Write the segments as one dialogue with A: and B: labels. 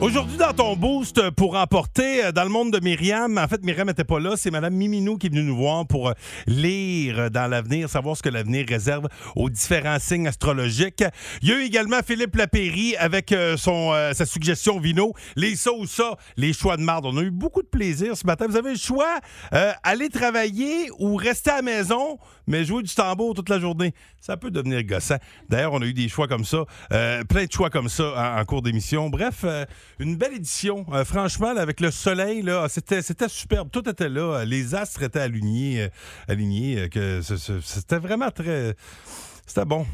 A: Aujourd'hui, dans ton boost pour emporter, euh, dans le monde de Myriam, en fait, Myriam n'était pas là, c'est Madame Miminou qui est venue nous voir pour euh, lire euh, dans l'avenir, savoir ce que l'avenir réserve aux différents signes astrologiques. Il y a eu également Philippe Lapéry avec euh, son, euh, sa suggestion vino, les ça ou ça, les choix de marde. On a eu beaucoup de plaisir ce matin. Vous avez le choix, euh, aller travailler ou rester à la maison, mais jouer du tambour toute la journée. Ça peut devenir gossant. D'ailleurs, on a eu des choix comme ça, euh, plein de choix comme ça en, en cours d'émission. Bref, euh, une belle édition. Euh, franchement, là, avec le soleil, là, ah, c'était, c'était superbe. Tout était là. Euh, Les astres étaient alignés. euh, alignés euh, que ce- ce- c'était vraiment très. C'était bon.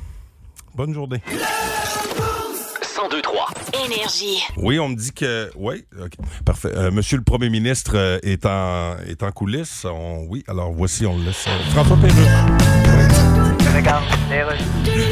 A: Bonne journée.
B: 1023.
C: Énergie.
A: Oui, on me dit que. Oui, OK. Parfait. Euh, Monsieur le Premier ministre euh, est, en, est en coulisses. On- Oui, alors voici, on le laisse. euh, François Pérusse.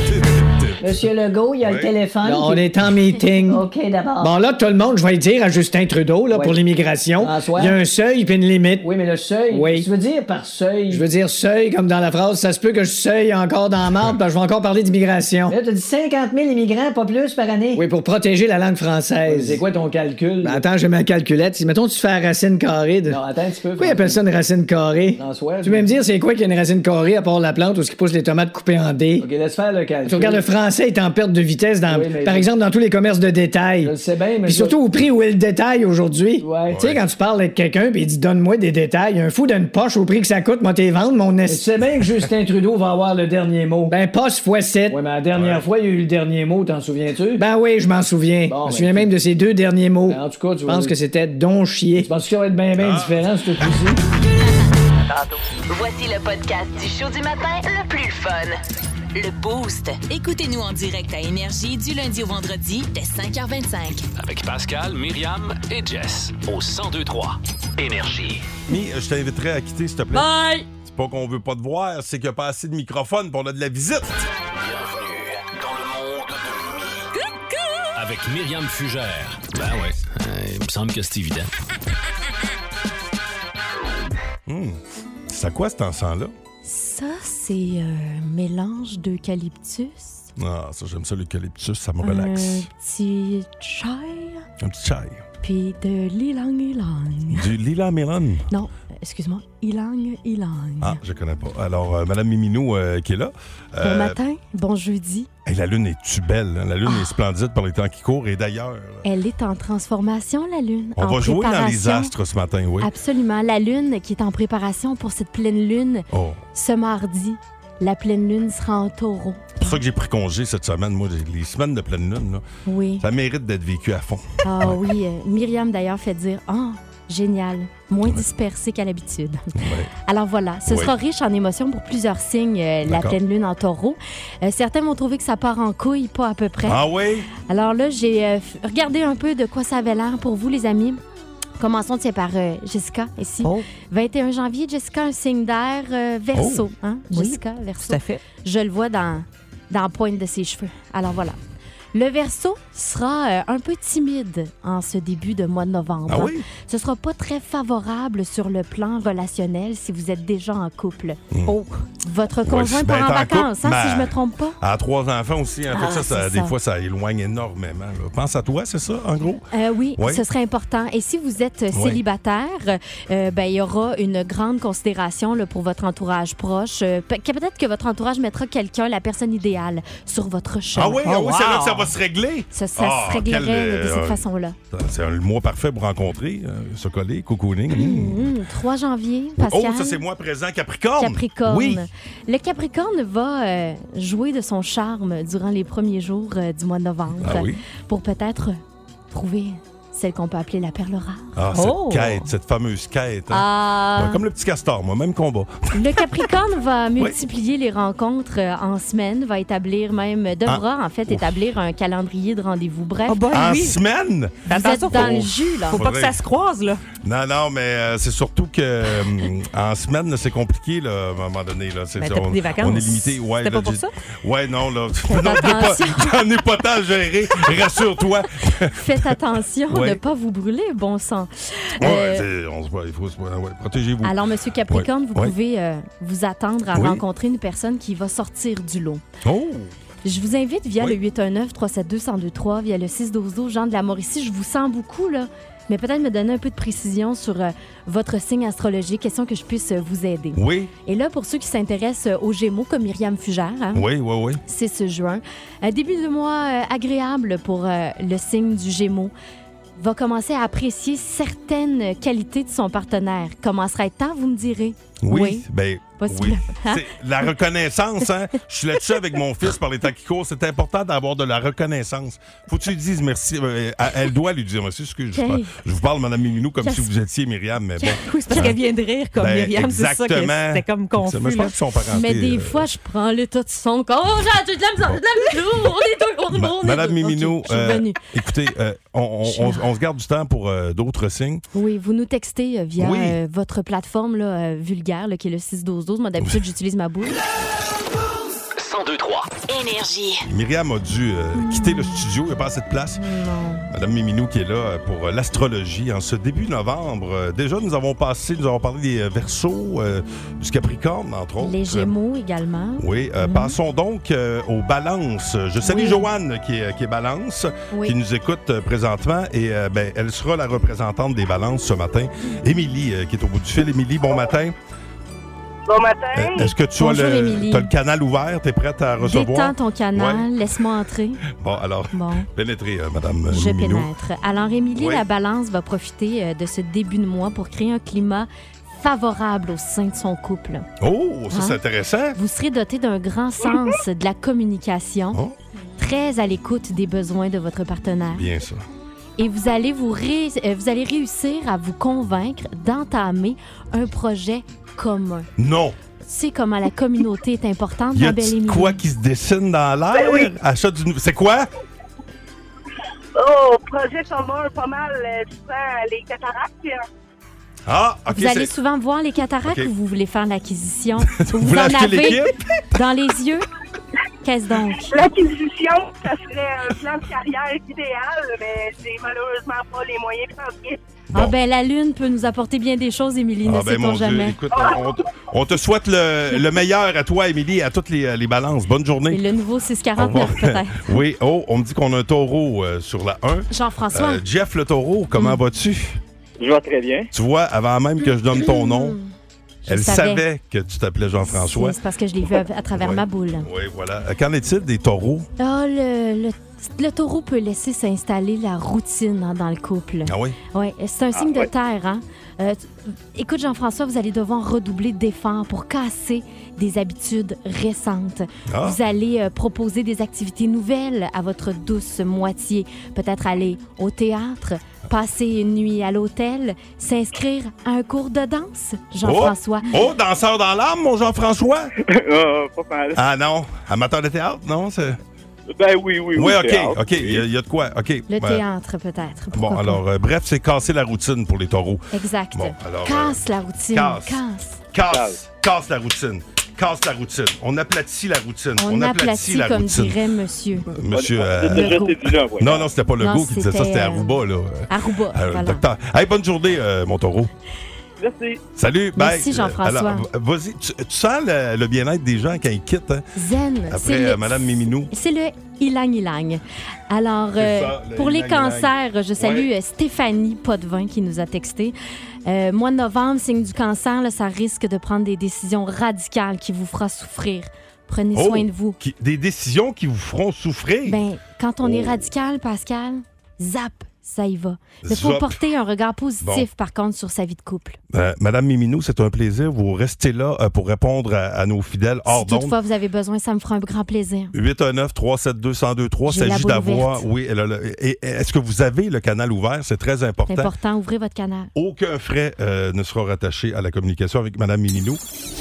D: Monsieur Legault, il y a le téléphone.
E: Là, on
D: qui-
E: est en meeting.
D: Ah, OK, d'abord.
E: Bon, là, tout le monde, je vais le dire à Justin Trudeau, là,
D: Ouais.
E: pour l'immigration,
D: François.
E: il y a un seuil puis une limite.
D: Oui, mais le seuil.
E: Oui.
D: Tu veux dire par seuil?
E: Je veux dire seuil, comme dans la phrase, ça se peut que je seuille encore dans la marde, parce que je vais encore parler d'immigration.
D: Là, t'as dit 50 000 immigrants, pas plus par année.
E: Oui, pour protéger la langue française.
D: C'est quoi ton calcul?
E: Ben, attends, j'ai ma calculette. Si, mettons, tu fais la racine carrée de...
D: non, attends un petit peu.
E: Pourquoi ils appellent ça une racine carrée?
D: François,
E: Tu peux me dire, c'est quoi qu'il y a une racine carrée à part la plante ou ce qui pousse les tomates coupées en dés?
D: OK, laisse faire le calcul.
E: Tu regardes, le français est en perte de vitesse, dans,
D: Oui, mais-
E: par exemple, dans tous les commerces de détail.
D: Je le sais bien, mais.
E: Puis surtout au prix où est le détail aujourd'hui.
D: Ouais.
E: Tu sais, quand tu parles avec quelqu'un puis il dit donne-moi des détails, un fou d'une poche au prix que ça coûte, moi t'es vendre, mon
D: Je
E: est.
D: sais bien que Justin Trudeau va avoir le dernier mot.
E: Ben, poche fois 7.
D: Oui, mais la dernière fois, il y a eu le dernier mot, t'en souviens-tu?
E: Ben oui, je m'en souviens.
D: Bon,
E: je me
D: ben,
E: souviens même de ces deux derniers mots.
D: Ben, en tout cas, tu
E: je pense
D: vas-
E: que c'était don chier.
D: Tu penses que ça va être bien, bien différent, ce coup-ci?
C: Voici le podcast du show du matin le plus fun. Le Boost.
F: Écoutez-nous en direct à Énergie du lundi au vendredi dès 5h25.
B: Avec Pascal, Myriam et Jess. Au 1023. Énergie.
A: Mais euh, je t'inviterai à quitter, s'il te plaît.
F: Bye!
A: C'est pas qu'on veut pas te voir, c'est qu'il n'y a pas assez de microphone pour on a de la visite.
B: Bienvenue dans le monde de Avec Myriam Fugère. Ben ouais, il me semble que c'est évident.
A: Hmm. C'est à quoi cet encens-là?
G: Ça, c'est euh, un mélange d'eucalyptus,
A: Ah, ça, j'aime ça, l'eucalyptus, ça me
G: un
A: relaxe.
G: petit chai,
A: Un petit chai.
G: puis de l'ilang ilang.
A: Du lila melon.
G: Non, excuse-moi, ilang ilang.
A: Ah, je connais pas. Alors, euh, Madame Miminou euh, qui est là.
G: Bon
A: Euh,
G: matin, bon jeudi.
A: hey, la lune est-tu belle? hein? La lune est
G: Ah.
A: splendide par les temps qui courent. Et d'ailleurs,
G: Elle est en transformation, la Lune.
A: on
G: en
A: va jouer dans les
G: préparation.
A: astres ce matin, oui.
G: Absolument. La Lune qui est en préparation pour cette pleine Lune
A: Oh,
G: ce mardi. La pleine Lune sera en taureau.
A: c'est pour ça que j'ai pris congé cette semaine. Moi, j'ai- les semaines de pleine lune, là,
G: Oui.
A: ça mérite d'être vécu à fond.
G: Ah oui, euh, Myriam d'ailleurs fait dire Ah, génial, moins dispersé qu'à l'habitude. Alors voilà, ce
A: Ouais.
G: sera riche en émotions pour plusieurs signes, euh, la
A: D'accord.
G: pleine lune en taureau. Euh, certains vont trouver que ça part en couille, pas à peu près.
A: Ah oui?
G: Alors là, j'ai euh, f- regardé un peu de quoi ça avait l'air pour vous, les amis. Commençons tiens, par euh, Jessica, ici.
H: Oh.
G: 21 janvier, Jessica, un signe d'air euh, verso. hein?
H: Oui,
G: Jessica, verso.
H: Tout à fait.
G: Je le vois dans, dans la pointe de ses cheveux. Alors voilà. Le verso sera euh, un peu timide en ce début de mois de novembre.
A: Ah
G: hein.
A: oui?
G: Ce sera pas très favorable sur le plan relationnel si vous êtes déjà en couple.
H: Oh,
G: Votre
A: Ouais,
G: conjoint
A: si
G: part
A: ben,
G: en
A: t'es en
G: vacances,
A: couple,
G: hein,
A: ben-
G: si je me trompe pas.
A: À trois enfants aussi. hein. Fait que
G: Ah,
A: ça, ça,
G: c'est
A: des
G: ça.
A: fois, ça éloigne énormément. là. Pense à toi, c'est ça, en gros?
G: Euh, oui,
A: Oui.
G: ce serait important. Et si vous êtes euh,
A: Oui.
G: célibataire, euh, ben, il y aura une grande considération là, pour votre entourage proche. Euh, pe- que Peut-être que votre entourage mettra quelqu'un, la personne idéale, sur votre chemin.
A: Ah oui, ah oui,
H: wow.
A: c'est là que ça va se régler.
G: Ça, ça
A: Ah,
G: se réglerait
A: quel, euh,
G: de cette
A: euh,
G: façon-là.
A: C'est un- le mois parfait pour rencontrer, euh, se coller, cocooning. Mm.
G: Hum, 3 janvier, Pascal.
A: Oh, ça c'est moi présent, Capricorne.
G: Capricorne.
A: Oui.
G: Le Capricorne va euh, jouer de son charme durant les premiers jours euh, du mois de novembre
A: Ah oui.
G: pour peut-être trouver celle qu'on peut appeler la perle rare.
A: Ah, cette
H: Oh.
A: quête, cette fameuse quête. hein.
G: Ah,
A: Ouais, Comme le petit castor, moi, même combat.
G: Le Capricorne va multiplier les rencontres euh, en semaine, va établir même, devra en fait établir un calendrier de rendez-vous. Bref,
H: oh boy,
A: Ah. en
H: oui.
A: semaine?
H: Fais
G: vous êtes
H: attention,
G: dans le
H: faut,
G: jus là.
H: faut pas que ça se croise, là.
A: Non, non, mais euh, c'est surtout que euh, en semaine, là, c'est compliqué là, à un moment donné. Là, c'est
H: Ben,
A: ça,
H: t'as
A: on,
H: pris des vacances.
A: on est limité. Ouais,
H: C'était pas
A: là,
H: pour
A: j'ai-
H: ça?
A: Ouais, non, là. non, j'en ai pas-
G: attention.
A: j'en ai pas tant à gérer. Rassure-toi.
G: Faites attention,
A: Ouais.
G: ne pas vous brûler, bon sang.
A: Ouais,
G: Euh,
A: c'est- on se voit, il faut se ouais, protégez-vous.
G: alors, Monsieur Capricorne, vous
A: Ouais.
G: pouvez euh, vous attendre à
A: Oui.
G: rencontrer une personne qui va sortir du lot.
A: Oh!
G: Je vous invite via
A: Oui.
G: le 819-372-1023, via le 612 Jean de la Mauricie. Je vous sens beaucoup, là. Mais peut-être me donner un peu de précision sur euh, votre signe astrologique, question que je puisse euh, vous aider.
A: Oui,
G: Et là, pour ceux qui s'intéressent euh, aux Gémeaux, comme Myriam Fugère, hein,
A: oui, oui, oui.
G: 6 juin, un début de mois euh, agréable pour euh, le signe du Gémeaux, va commencer à apprécier certaines qualités de son partenaire. Comment serait-il temps, vous me direz?
A: Oui,
G: Oui.
A: ben
G: Possible.
A: oui. C'est la reconnaissance, hein? Je suis là-dessus avec mon fils par les temps qui courent. C'est important d'avoir de la reconnaissance. Faut que tu lui dises merci. Euh, elle- Elle doit lui dire merci. Excuse, je, vous parle-
G: Ok.
A: je vous parle, Madame Miminou, comme si
G: Qu'est-ce-
A: vous étiez Myriam, mais bon.
H: Oui, c'est parce qu'elle vient de rire comme
A: Ben,
H: Myriam, c'est ça que
A: exactement.
H: c'était comme
A: Ça,
H: confus.
A: mais je
H: là.
A: pense qu'ils sont parentés.
G: Mais des
A: euh,
G: fois, je prends l'état de son corps. Oh, j'ai de la misère, j'ai de la misère. On est deux, on est deux,
A: Ma-
G: on est
A: Madame
G: deux.
A: Miminou,
G: Ok, je suis
A: euh,
G: revenue.
A: écoutez, euh, on, on- on- on se garde du temps pour euh, d'autres signes.
G: Oui, vous nous textez euh, via
A: Oui.
G: euh, votre plateforme là, euh, vulgaire, là, qui est le 6-12-12. Moi, d'habitude, j'utilise ma bouche.
C: 1023.
F: Énergie.
A: Myriam a dû
G: Hmm.
A: euh, quitter le studio, il n'y a pas assez de place. Madame Miminou qui est là euh, pour euh, l'astrologie en ce début novembre. Euh, Déjà, nous avons passé, nous avons parlé des Verseaux, du Capricorne, entre autres.
G: Les Gémeaux également.
A: Oui, euh, passons donc euh, aux balances. Je salue
G: Oui.
A: Joanne qui est, qui est balance,
G: Oui.
A: qui nous écoute euh, présentement et euh, ben, elle sera la représentante des balances ce matin. Émilie euh, qui est au bout du fil. Émilie, bon matin.
I: Bon matin.
A: Euh, Est-ce que tu as
G: Bonjour,
A: le,
G: Émilie.
A: t'as le canal ouvert? T'es prête à recevoir?
G: Détends ton canal, laisse-moi entrer.
A: Bon, alors,
G: Bon,
A: pénétrez, euh, Madame euh,
G: je
A: Minou.
G: pénètre. Alors, Émilie,
A: Oui.
G: la balance va profiter euh, de ce début de mois pour créer un climat favorable au sein de son couple.
A: Oh, ça, c'est
G: Hein?
A: intéressant.
G: Vous serez doté d'un grand sens de la communication,
A: Oh.
G: très à l'écoute des besoins de votre partenaire.
A: Bien ça.
G: Et vous allez, vous, ré- euh, vous allez réussir à vous convaincre d'entamer un projet commun.
A: Non,
G: Tu sais comment la communauté est importante
A: y
G: dans
A: a
G: Belle Émilie.
A: quoi qui se dessine dans l'air? Achat du nou- C'est quoi?
I: Oh, projet commun, pas mal. euh, Je sens les cataractes. hein.
A: Ah, ok.
G: vous allez
A: c'est-
G: souvent voir les cataractes
A: Ok.
G: ou vous voulez faire l'acquisition? vous
A: Vous voulez
G: en
A: acheter
G: avez
A: l'équipe?
G: dans les yeux? Qu'est-ce donc?
I: L'acquisition, ça serait un plan de carrière idéal, mais j'ai malheureusement pas les moyens financiers.
G: Ah
A: Bon.
G: ben la lune peut nous apporter bien des choses, Émilie, ne
A: Ah, ben,
G: sait-on
A: mon Dieu,
G: jamais.
A: écoute, on, on te, on te souhaite le, le meilleur à toi, Émilie, et à toutes les, euh, les balances. Bonne
G: Et
A: journée.
G: le nouveau
A: Au
G: 649
A: revoir.
G: peut-être.
A: Oui, oh, on me dit qu'on a un taureau euh, sur la 1.
G: Jean-François, Mm.
A: Euh, Jeff le taureau, comment vas-tu?
J: Je vois très bien.
A: Tu vois, avant même que je donne ton nom,
G: je
A: elle
G: savais.
A: savait que tu t'appelais Jean-François.
G: C'est parce que je l'ai vu à, à travers
A: Ouais.
G: ma boule.
A: Oui, voilà. Euh, Qu'en est-il des taureaux?
G: Ah, le, le, le taureau peut laisser s'installer la routine hein, dans le couple.
A: Ah oui?
G: Ouais, c'est un signe de terre. Hein? Euh, tu- écoute, Jean-François, vous allez devoir redoubler d'efforts pour casser des habitudes récentes.
A: Ah.
G: Vous allez euh, proposer des activités nouvelles à votre douce moitié. Peut-être aller au théâtre, passer une nuit à l'hôtel, s'inscrire à un cours de danse, Jean-François.
A: Oh, danseur dans l'âme, mon Jean-François?
J: Euh, pas mal.
A: Ah non, amateur de théâtre, non? c'est-
J: Ben oui, oui, oui.
A: Oui, OK,
J: théâtre,
A: OK, il y, a- il y a de quoi, OK.
G: Le
A: Ben,
G: théâtre, peut-être. pourquoi
A: Bon,
G: pas.
A: alors, euh, bref, c'est casser la routine pour les taureaux.
G: Exact.
A: Bon, alors, euh,
G: casse la routine.
A: casse.
G: Casse.
A: Casse, casse la routine. Casse la routine. On aplatit la routine.
G: On, aplatit,
A: la
G: comme
A: routine.
G: dirait monsieur.
A: Monsieur. euh,
J: C'est déjà
G: Legault.
J: c'est du là, ouais.
A: Non, non, c'était pas Legault
G: Non,
A: qui disait ça, c'était
G: c'était, euh,
A: Aruba, là.
G: Aruba,
A: Euh,
G: voilà.
A: docteur. Hey, bonne journée, euh, mon taureau.
J: Merci.
A: Salut, bye.
G: Merci, Jean-François.
A: Euh, alors, v- Vas-y, tu, tu sens le, le bien-être des gens quand ils quittent, hein,
G: Zen.
A: après
G: c'est le-
A: euh, Madame Miminou.
G: C'est le ilang ilang. Alors,
A: C'est
G: euh,
A: ça, le
G: pour les
A: ilang-ilang.
G: cancers, je salue euh, Stéphanie Potvin qui nous a texté. Euh, mois de novembre, signe du cancer, là, ça risque de prendre des décisions radicales qui vous fera souffrir. Prenez
A: Oh!
G: soin de vous.
A: Qui- des décisions qui vous feront souffrir.
G: Ben, quand on est
A: Oh.
G: radical, Pascal, zap, ça y va. Mais faut
A: Zop.
G: porter un regard positif,
A: Bon.
G: par contre, sur sa vie de couple.
A: Euh, Madame Miminou, c'est un plaisir. Vous restez là euh, pour répondre à, à nos fidèles hors
G: si
A: d'onde.
G: toutefois vous avez besoin, ça me fera un grand plaisir.
A: 819 372 1023
G: J'ai la
A: s'agit
G: boule
A: d'avoir
G: ouverte.
A: oui elle a le- et- et est-ce que vous avez le canal ouvert c'est très important,
G: C'est important, ouvrez votre canal.
A: aucun frais euh, ne sera rattaché à la communication avec madame Mininou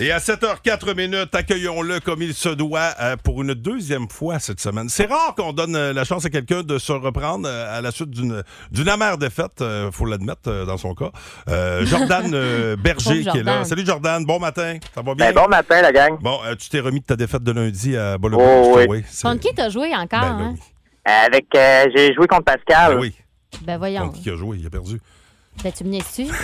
A: Et à 7h04 minutes, accueillons-le comme il se doit euh, pour une deuxième fois cette semaine. C'est rare qu'on donne euh, la chance à quelqu'un de se reprendre euh, à la suite d'une d'une amère défaite, euh, faut l'admettre euh, dans son cas. Euh, Jordan euh, Berger
G: Pauvre
A: qui est là.
G: Jordan.
A: Salut Jordan, bon matin. Ça va bien?
J: Ben, bon matin, la gang.
A: Bon, euh, tu t'es remis de ta défaite de lundi à Bologne.
J: Oh, oui.
G: Contre qui t'as joué encore?
A: Ben, là,
G: hein?
A: oui.
J: Avec, euh, j'ai joué contre Pascal.
A: Ben oui.
G: ben voyons.
A: Contre qui a joué? Il a perdu.
G: Ben tu me niaises-tu?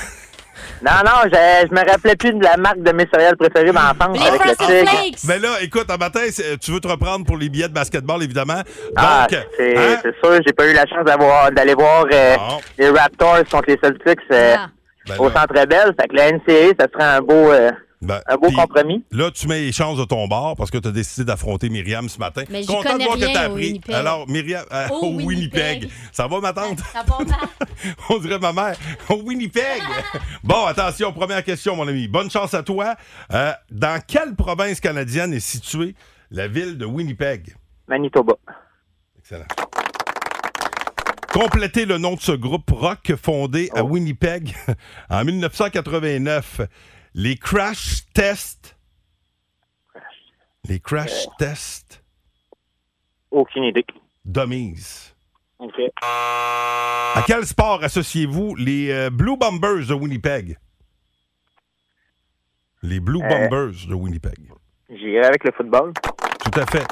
J: Non, non, je, je me rappelais plus de la marque de mes céréales préférées d'enfance
G: Les
J: avec le
G: Frosted
J: tigre.
G: Flakes!
A: Mais là, écoute, à matin, c'est- euh, tu veux te reprendre pour les billets de basketball, évidemment. Donc,
J: Ah, c'est
A: hein?
J: c'est sûr, j'ai pas eu la chance d'avoir d'aller voir euh,
A: Bon,
J: les Raptors contre les Celtics euh,
G: Ah.
A: ben
J: au
A: là,
J: Centre Bell. Fait que la NCA, ça serait un beau, euh,
A: ben,
J: un beau
A: puis
J: compromis.
A: Là, tu mets les chances de ton bord parce que tu as décidé d'affronter Myriam ce matin.
G: Mais j'y
A: Content de
G: connais
A: voir
G: rien
A: que t'as
G: au
A: appris.
G: Winnipeg.
A: Alors, Myriam, euh,
G: Au
A: au Winnipeg.
G: Winnipeg.
A: Ça va, ma tante?
G: Ça va mal.
A: On dirait ma mère. Au Winnipeg! bon, attention, première question, mon ami. Bonne chance à toi. Euh, dans quelle province canadienne est située la ville de Winnipeg?
J: Manitoba.
A: Excellent. Complétez le nom de ce groupe rock fondé
J: Oh.
A: à Winnipeg en 1989. Les Crash Test. Les Crash Test
J: Aucune idée.
A: Dummies.
J: OK.
A: À quel sport associez-vous les euh, Blue Bombers de Winnipeg? Les Blue
J: Euh.
A: Bombers de Winnipeg.
J: J'irai avec le football.
A: Tout à fait.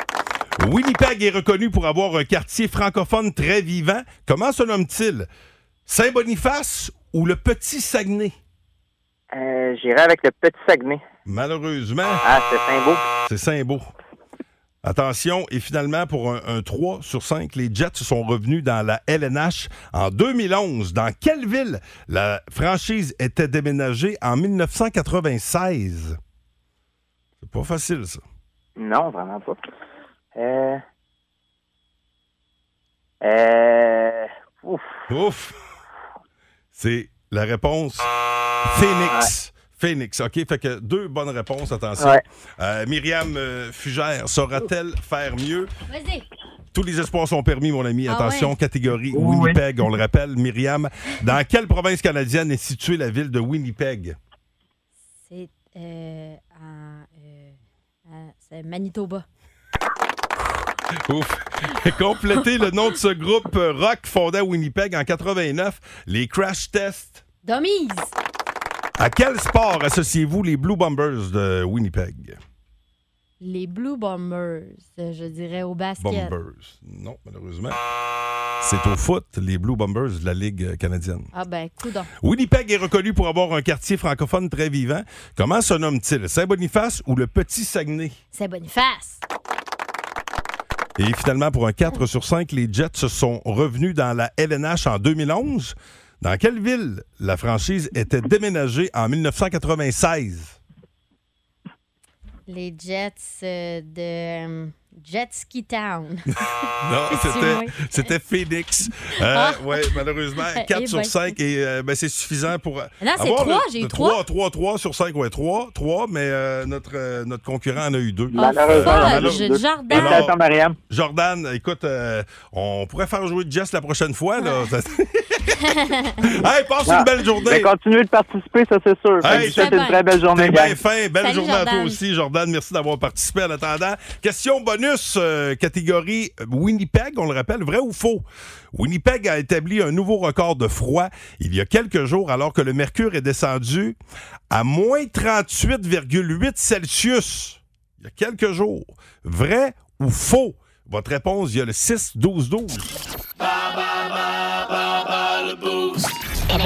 A: Winnipeg est reconnu pour avoir un quartier francophone très vivant. Comment se nomme-t-il? Saint-Boniface ou le Petit Saguenay?
J: Euh, J'irai avec le petit Saguenay.
A: Malheureusement,
J: Ah, c'est un beau.
A: c'est Saint-Beau. Attention, et finalement, pour un, un 3 sur 5, les Jets se sont revenus dans la LNH en 2011. Dans quelle ville la franchise était déménagée en 1996? C'est pas facile, ça.
J: Non, vraiment pas. Euh... Euh... Ouf.
A: Ouf! C'est la réponse
J: Ah.
A: Phoenix. Phoenix, OK? Fait que deux bonnes réponses, attention.
J: Ouais.
A: Euh, Myriam euh, Fugère, saura-t-elle faire mieux?
G: Vas-y.
A: Tous les espoirs sont permis, mon ami.
G: Ah
A: attention,
G: ouais.
A: catégorie
J: Oui.
A: Winnipeg, on le rappelle. Myriam, dans quelle province canadienne est située la ville de Winnipeg?
G: C'est euh, en, euh, en- c'est Manitoba.
A: Ouf! Complétez le nom de ce groupe euh, rock fondé à Winnipeg en 89, les Crash Test.
G: Dummies!
A: À quel sport associez-vous les Blue Bombers de Winnipeg?
G: Les Blue Bombers, euh, je dirais au basket.
A: Bombers. Non, malheureusement. C'est au foot, les Blue Bombers de la Ligue canadienne.
G: Ah ben, coudon.
A: Winnipeg est reconnu pour avoir un quartier francophone très vivant. Comment se nomme-t-il? Saint-Boniface ou le Petit Saguenay?
G: C'est Boniface.
A: Et finalement, pour un 4 sur 5, les Jets se sont revenus dans la LNH en 2011. Dans quelle ville la franchise était déménagée en 1996?
G: Les Jets euh, de euh, Jet Ski Town.
A: Non,
G: Excuse-moi.
A: c'était, c'était Phoenix. Euh,
G: Ah.
A: Oui, malheureusement,
G: Eh
A: 4 sur
G: ben.
A: 5, et euh, ben, c'est suffisant pour.
G: Non, c'est
A: avoir
G: trois,
A: le-
G: j'ai eu
A: le
G: trois.
A: 3, 3, 3 sur 5, ouais, 3, 3, mais euh, notre, euh, notre concurrent en a eu 2.
G: Oh,
J: Ah, Malheureusement,
G: fudge,
J: deux.
G: Jordan!
A: Alors-
J: Félicitations, Mariam.
A: Jordan, écoute, euh, on pourrait faire jouer Jess la prochaine fois. Là. hey, passe une belle
J: Mais
A: journée.
J: ben, continuez de participer, ça c'est sûr.
A: Hey,
J: Fait que je vous souhaite
G: très
J: une très belle journée,
A: T'es
J: gang.
A: bien fin. Belle
G: Salut,
A: journée à toi
G: Jordan.
A: aussi, Jordan. Merci d'avoir participé. En attendant, question bonus, euh, catégorie Winnipeg, on le rappelle, vrai ou faux? Winnipeg a établi un nouveau record de froid il y a quelques jours alors que le mercure est descendu à moins 38,8 Celsius. Il y a quelques jours. Vrai ou faux? Votre réponse, il y a le 6-12-12.
G: Ah ben,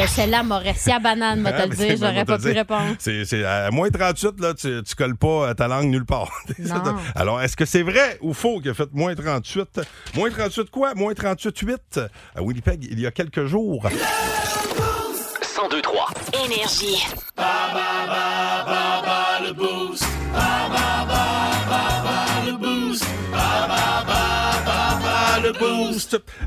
G: Celle-là m'aurait si à banane, moi,
A: Ah,
G: te le
A: mais
G: dire.
A: c'est- moi,
G: J'aurais
A: te
G: pas
A: le
G: pu
A: dire.
G: répondre.
A: C'est, c'est- à moins 38, là, tu, tu colles pas euh, ta langue nulle part.
G: Non.
A: Alors, est-ce que c'est vrai ou faux qu'il a fait moins 38? Moins 38 quoi? Moins 38,8 à Winnipeg il y a quelques jours.
B: 1023.
F: Énergie.
A: Ba, dans le boost.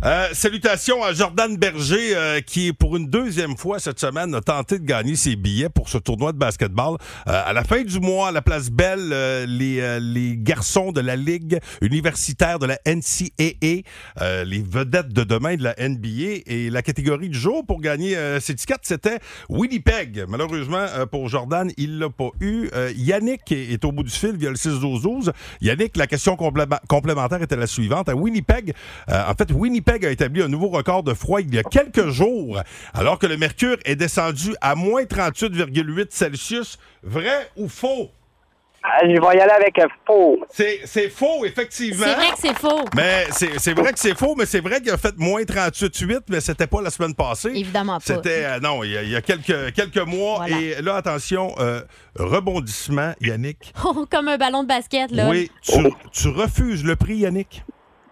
A: Euh, salutations à Jordan Berger euh, qui, pour une deuxième fois cette semaine, a tenté de gagner ses billets pour ce tournoi de basketball. Euh, à la fin du mois, à la place Belle, euh, les, euh, les garçons de la Ligue universitaire de la NCAA, euh, les vedettes de demain de la NBA et la catégorie du jour pour gagner euh, cette étiquette, c'était Winnipeg. Malheureusement, euh, pour Jordan, il l'a pas eu. Euh, Yannick est, est au bout du fil via le 6-12-12. Yannick, la question compléma- complémentaire était la suivante. À Winnipeg, euh, en fait, Winnipeg a établi un nouveau record de froid il y a quelques jours, alors que le mercure est descendu à moins 38,8 Celsius. Vrai ou faux?
J: Ah, Je vais y aller avec un faux.
A: C'est c'est faux, effectivement.
G: C'est vrai que c'est faux.
A: Mais c'est c'est vrai que c'est faux, mais c'est vrai qu'il a fait moins 38,8, mais c'était pas la semaine passée.
G: Évidemment pas.
A: C'était, euh, non, il y a, il y a quelques, quelques mois.
G: Voilà.
A: Et là, attention, euh, rebondissement, Yannick.
G: Oh, comme un ballon de basket, là.
A: Oui, tu,
J: Oh.
A: tu refuses le prix, Yannick.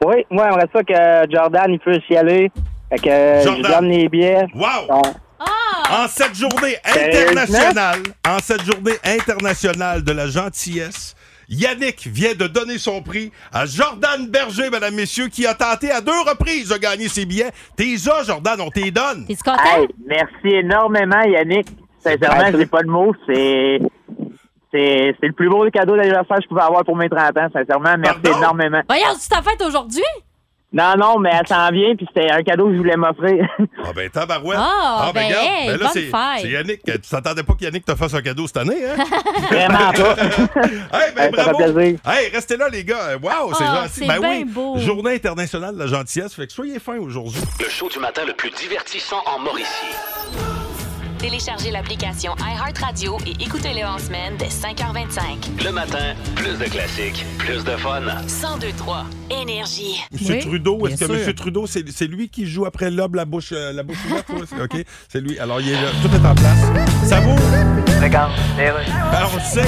J: Oui, moi, j'aimerais ça que Jordan, il puisse y aller. Fait que euh, je
A: Jordan.
J: donne les billets.
A: Wow!
J: Bon.
G: Ah!
A: En cette journée internationale, en cette journée internationale de la gentillesse, Yannick vient de donner son prix à Jordan Berger, mesdames, messieurs, qui a tenté à deux reprises de gagner ses billets. T'es ça, Jordan, on t'y donne.
G: T'es-tu content?
J: Hey, merci énormément, Yannick. Sincèrement, j'ai pas de mots. C'est. C'est c'est le plus beau cadeau d'anniversaire que je pouvais avoir pour mes 30 ans, sincèrement. Merci
A: Pardon?
J: énormément.
G: Voyons, tu t'en fêtes aujourd'hui?
J: Non, non, mais elle s'en vient, puis c'était un cadeau que je voulais m'offrir.
A: Ah ben tabarouette.
G: Ah, ben,
A: regarde.
G: hey,
A: là,
G: bonne
A: c'est,
G: fête.
A: c'est Yannick. Tu t'attendais pas que Yannick te fasse un cadeau cette année, hein?
J: Vraiment pas.
A: hey, ben
J: Hey, ça
A: bravo.
J: fait plaisir.
A: Hey, restez là, les gars. Wow, c'est
G: Ah,
A: gentil.
G: c'est
A: ben
G: bien
A: oui,
G: beau.
A: journée internationale de la gentillesse. Fait que soyez fins aujourd'hui.
B: Le show du matin le plus divertissant en Mauricie.
F: Téléchargez l'application iHeartRadio et écoutez-le en semaine dès 5h25.
B: Le matin, plus de classiques, plus de fun.
F: 1023 Énergie.
A: Monsieur
G: Oui,
A: Trudeau, est-ce que
G: bien sûr.
A: Monsieur Trudeau, c'est, c'est lui qui joue après l'ob la bouche, euh, la bouche ouverte? ouais, c'est- OK, c'est lui. Alors, il est là. Tout est en place. Ça vaut?
J: Regarde.
A: Alors, on le sait.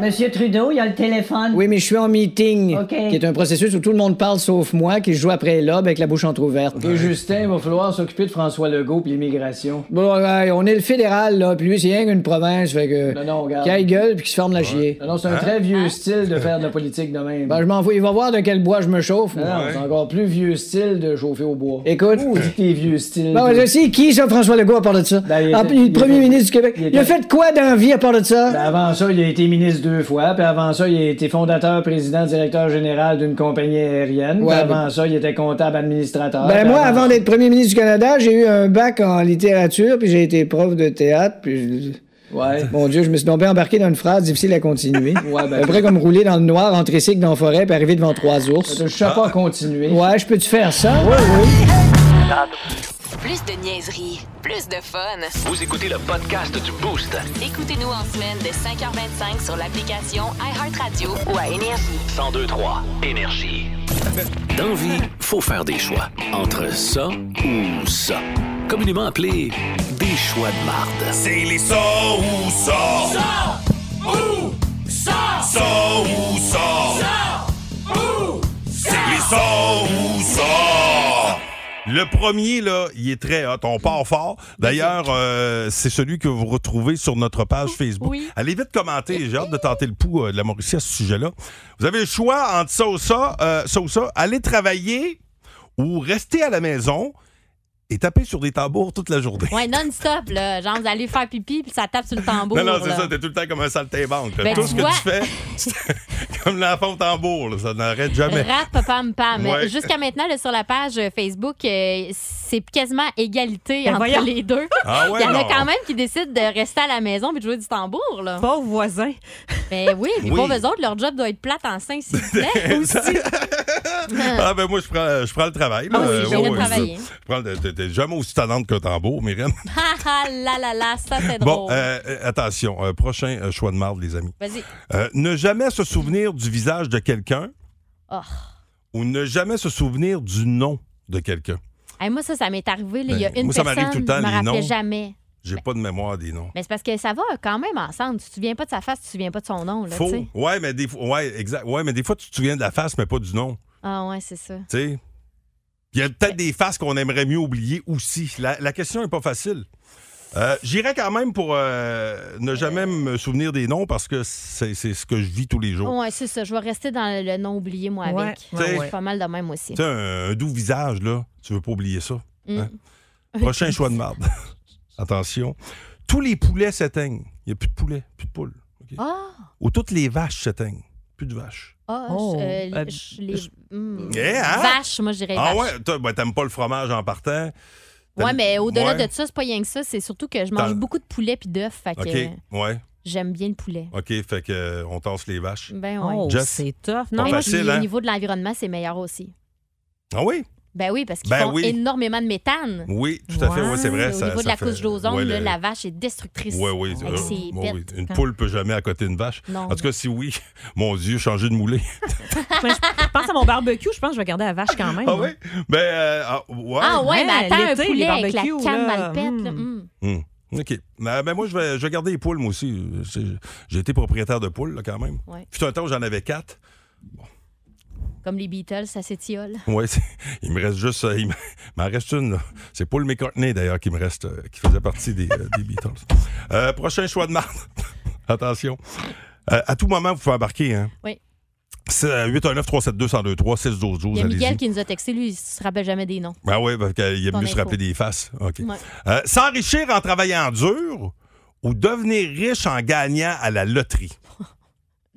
H: Monsieur Trudeau, il y a le téléphone.
E: Oui, mais je suis en meeting,
H: OK.
E: qui est un processus où tout le monde parle sauf moi, qui joue après l'aube avec la bouche entrouverte.
D: Et Justin, il va falloir s'occuper de François Legault puis l'immigration.
E: Bon, ouais, on est le fédéral, là, puis lui, c'est rien qu'une province, fait que...
D: Non, non, regarde.
E: Qui aille gueule, puis qui se forme la chier.
D: Non, non, c'est un
H: Hein?
D: très vieux style de faire de la politique de même.
E: Ben, je m'en fous, il va voir de quel bois je me chauffe.
D: Non,
E: moi.
D: non, c'est Ah, encore plus vieux style de chauffer au bois.
E: Écoute... Ben,
D: Où dit tes vieux styles?
E: Bon, je sais qui, ça, François Legault, à part de ça?
D: Ben, il
E: Ah,
D: était-
E: puis le
D: il
E: premier
D: était-
E: ministre du Québec.
D: il
E: Il a
D: était-
E: fait quoi dans la vie, à part de ça?
D: Ben, avant ça, il a été ministre deux fois, puis avant ça, il a été fondateur, président, directeur général d'une compagnie aérienne, puis
E: Ouais,
D: avant ça, il était comptable administrateur.
E: Ben
D: puis
E: moi, avant d'être premier ministre du Canada, j'ai eu un bac en littérature, puis j'ai été prof de théâtre, puis... je-
D: Ouais.
E: Mon Dieu, je me suis tombé embarqué dans une phrase difficile à continuer.
D: Ouais, ben-
E: À peu près comme rouler dans le noir, entrer cycle dans la forêt, puis arriver devant trois ours.
D: Je sais pas continuer.
E: Ouais, je peux-tu faire ça? Oui,
F: Plus de niaiserie, plus de fun.
B: Vous écoutez le podcast du Boost.
F: Écoutez-nous en semaine dès 5h25 sur l'application iHeartRadio ou à Énergie.
B: 1023 Énergie. Dans vie, faut faire des choix. Entre ça ou ça. Communément appelé des choix de marde.
A: C'est les ça ou ça. Ça ou ça. Ça ou ça. C'est les ça ou ça. Le premier, là, il est très hot. On part fort. D'ailleurs, euh, c'est celui que vous retrouvez sur notre page Facebook.
G: Oui.
A: Allez vite commenter. J'ai hâte de tenter le pouls euh, de la Mauricie à ce sujet-là. Vous avez le choix entre ça ou ça, euh, ça ou ça. Aller travailler ou rester à la maison et taper sur des tambours toute la journée.
G: Ouais, non-stop, là. Genre, vous allez faire pipi, puis ça tape sur le tambour.
A: Non, non, c'est
G: là.
A: ça, t'es tout le temps comme un saltimbanque. là.
G: Ben,
A: tout
G: tu
A: ce que
G: vois-
A: tu fais, c'est comme l'enfant au tambour, là, ça n'arrête jamais.
G: Rap, pam, pam.
A: Ouais.
G: Jusqu'à maintenant, là, sur la page euh, Facebook, euh, c'est quasiment égalité entre
K: voyons.
G: les deux.
A: Ah ouais,
G: Il y en a
A: non.
G: quand même qui décident de rester à la maison puis de jouer du tambour, là.
K: Pauvre voisin.
G: Ben oui, puis
A: Oui.
G: pour eux autres, leur job doit être plate en 5 s'il vous plaît. Aussi.
A: Ah ben moi, je prends, je prends le travail. Là.
G: Ah oui, j'irai
A: ouais, ouais,
G: travailler.
A: je- je prends le- T'es t'es jamais aussi talente qu'un tambour, Myriam.
G: Ha, ha, Ah, la, la, la, ça, c'est
A: Bon,
G: drôle.
A: euh, euh, attention, euh, prochain euh, choix de marde, les amis.
G: Vas-y.
A: Euh, ne jamais se souvenir du visage de quelqu'un
G: Oh.
A: ou ne jamais se souvenir du nom de quelqu'un.
G: Hey, moi, ça, ça m'est arrivé. là. Il y a
A: Ben,
G: une
A: moi, ça m'arrive
G: personne
A: tout le temps,
G: je me
A: les
G: rappelais
A: noms.
G: jamais.
A: J'ai pas de mémoire des noms.
G: Mais c'est parce que ça va quand même ensemble. Tu te souviens pas de sa face, tu te souviens pas de son nom. Là, tu
A: Faux.
G: sais.
A: Ouais, mais des fois, ouais, exact. Ouais, mais des fois, tu te souviens de la face, mais pas du nom.
G: Ah ouais, c'est ça.
A: Tu sais, il y a peut-être des faces qu'on aimerait mieux oublier aussi. La, la question n'est pas facile. Euh, J'irai quand même pour euh, ne jamais me souvenir des noms parce que c'est c'est ce que je vis tous les jours.
G: Ouais, c'est ça. Je vais rester dans le nom oublié, moi,
A: Ouais,
G: avec.
A: ouais,
G: Je suis
A: ouais.
G: pas mal de même aussi.
A: Tu sais, un, un doux visage, là, tu veux pas oublier ça.
G: Mm.
A: hein? Prochain choix de marde. Attention. Tous les poulets s'éteignent. Il n'y a plus de poulets, plus de poules. OK?
G: Ah!
A: Ou toutes les vaches s'éteignent. Plus de vaches.
G: Ah,
K: Oh,
G: je- euh,
A: euh,
G: je- les hmm.
A: Eh, hein?
G: vaches, moi, je dirais
A: ah
G: vaches.
A: ouais, toi, ben, t'aimes pas le fromage en partant.
G: Ouais, mais au-delà
A: Ouais.
G: de ça, c'est pas rien que ça. C'est surtout que je mange
A: T'as-
G: beaucoup de poulet puis d'œufs. Fait que
A: OK,
G: euh,
A: ouais.
G: j'aime bien le poulet.
A: OK, fait que euh, on tasse les vaches.
G: Ben ouais. Oh,
A: c'est
G: tough.
A: Non,
G: et
A: facile,
G: puis, au
A: hein?
G: niveau de l'environnement, c'est meilleur aussi.
A: Ah oui?
G: Ben oui, parce qu'ils
A: Ben
G: font
A: oui.
G: énormément de méthane.
A: Oui, tout à fait, ouais, c'est vrai,
G: Au
A: ça-
G: niveau de
A: ça
G: la
A: fait-
G: couche d'ozone,
A: ouais,
G: là,
A: le-
G: la vache est destructrice.
A: Oui, oui.
G: Avec ses pets.
A: Une poule peut jamais à côté d'une vache.
G: Non.
A: En tout cas, si oui, mon Dieu, changer de moulé.
K: Moi, je pense à mon barbecue, je pense que je vais garder la vache quand même.
A: Ah oui? Ben, euh, ah, ouais.
G: Ah ouais, mais
K: Ouais,
G: attends, un
K: l'été, les
G: poulet avec la
K: barbecues,
G: canne
K: là,
G: mal pète. là, hmm.
A: Hmm. OK. Ben, ben, moi, je vais, je vais garder les poules, moi aussi. C'est- J'ai été propriétaire de poules, là, quand même.
G: Ouais.
A: Puis un temps, où j'en avais quatre.
G: Comme les Beatles, ça s'étiole.
A: Ouais, c'est- il me reste juste. euh, il me- il m'en reste une, là. C'est Paul McCartney, d'ailleurs, qui me reste, euh, qui faisait partie des, euh, des Beatles. Euh, prochain choix de marde. Attention. Euh, à tout moment, vous pouvez embarquer, hein?
G: Oui.
A: C'est, euh, 819-372-1023, 612 12
G: Il y a
A: allez-y.
G: Miguel qui nous a texté, lui, il se rappelle jamais des noms.
A: Ben oui, parce qu'il aime
G: Ton
A: mieux se
G: info.
A: rappeler des faces. OK.
G: Ouais.
A: Euh, S'enrichir en travaillant dur ou devenir riche en gagnant à la loterie?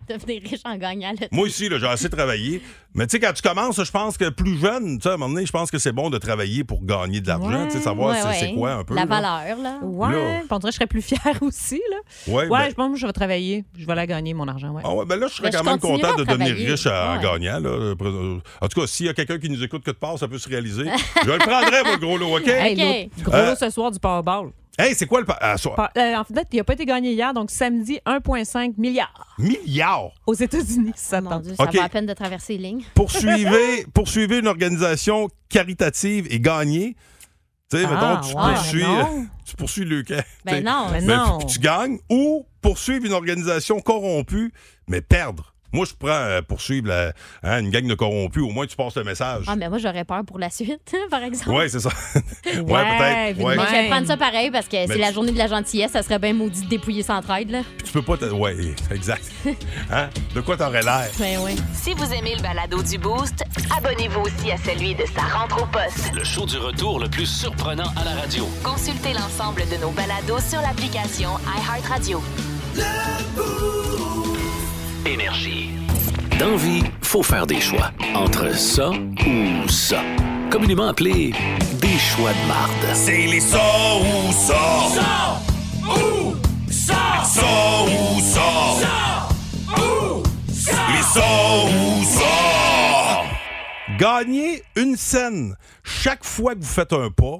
G: Devenir riche en gagnant. là.
A: Moi ici, là, j'ai assez travaillé. Mais tu sais, quand tu commences, je pense que plus jeune, tu sais, à un moment donné, je pense que c'est bon de travailler pour gagner de l'argent, tu sais, savoir
K: Ouais,
A: c'est c'est
K: ouais.
A: quoi un peu.
G: La
A: là.
G: valeur, là.
K: Ouais,
A: Là.
K: puis on dirait que je serais plus fière aussi. Là.
A: Ouais, ben-
K: je pense que je vais travailler. Je vais la gagner, mon argent. Ouais.
A: Ah ouais, ben là, je serais
K: Ben,
A: quand
K: je
A: même
K: continuerai
A: content de
K: à
A: devenir
K: travailler.
A: riche en
K: Ouais.
A: gagnant. là. Euh, En tout cas, s'il y a quelqu'un qui nous écoute que de part, ça peut se réaliser. Je le prendrai, mon gros lot, oh, OK?
K: Hey, l'autre Gros
A: Euh,
K: lot ce soir du Powerball.
A: hey, c'est quoi le... pa- à soir?
K: Pa- euh, en fait, il n'a pas été gagné hier, donc samedi, 1,5 milliard
A: Milliard!
K: aux États-Unis. Ça tente.
G: Ça
A: OK.
G: vaut la peine de traverser les lignes.
A: poursuivez, poursuivez une organisation caritative et gagnez. Tu sais,
G: Ah,
A: mettons, tu,
G: ouais,
A: poursuis,
G: non.
A: euh, tu poursuis le camp.
G: Ben
A: tu sais.
G: non, ben
A: Ben,
G: non.
A: puis Tu gagnes ou poursuivre une organisation corrompue, mais perdre. Moi, je prends euh, poursuivre la- hein, une gang de corrompus. Au moins, tu passes le message.
G: Ah, mais moi, j'aurais peur pour la suite, par exemple.
A: ouais, c'est ça. ouais, peut-être. Ouais.
G: Mais Ah. je vais prendre ça pareil parce que c'est
A: Mais-
G: la journée de la gentillesse. Ça serait bien maudit de dépouiller sans traide, là.
A: Puis tu peux pas. te- Ouais, exact. Hein? De quoi t'aurais l'air?
G: Ben oui.
C: Si vous aimez le balado du Boost, abonnez-vous aussi à celui de sa rentre au poste.
B: Le show du retour le plus surprenant à la radio.
C: Consultez l'ensemble de nos balados sur l'application iHeartRadio.
B: Énergie. Dans vie, faut faire des choix. Entre ça ou ça. Communément appelé des choix de marde.
L: C'est les ça ou ça. Ça ou ça. Ça ou ça. Ça ou ça. Les ça ou ça.
A: Gagner une scène chaque fois que vous faites un pas.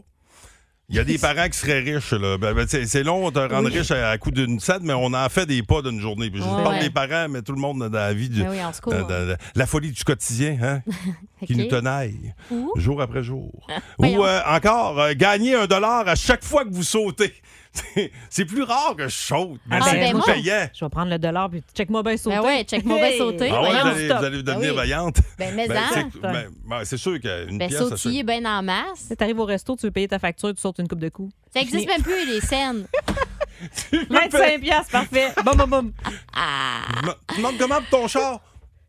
A: Il y a des parents qui seraient riches. là. Ben, ben, c'est c'est long, on te rend
B: Oui.
A: riche à, à coup d'une scène, mais on en fait des pas d'une journée. Puis je
G: Ouais.
A: parle des parents, mais tout le monde dans la vie. du-
G: Ben oui, en secours.
A: dans- dans- dans- la folie du quotidien, hein, qui
G: OK.
A: nous tenaille,
G: Ou-
A: jour après jour.
G: Voyons.
A: Ou euh, encore, euh, gagner un dollar à chaque fois que vous sautez. C'est- c'est plus rare que je saute, mais
K: Ah,
A: c'est
K: ben
A: plus
K: moi,
A: payant.
K: Je vais prendre le dollar puis check-moi bien sauter.
G: Ben ouais, check-moi bien sauter.
A: Ah ouais,
G: voyons.
A: vous allez, vous allez devenir
G: oui.
A: vaillante.
G: Ben, mais en.
A: c'est ben, ben, c'est sûr qu'une
G: Ben,
A: pièce... ça se-
G: sautiller bien en masse.
K: T'arrives au resto, tu veux payer ta facture, tu sautes une coupe de coups.
G: Ça existe même plus, les scènes.
K: 25 piastres, parfait. Boum, boum, boum.
G: Ah.
A: Je me je me demande comment pour ton char.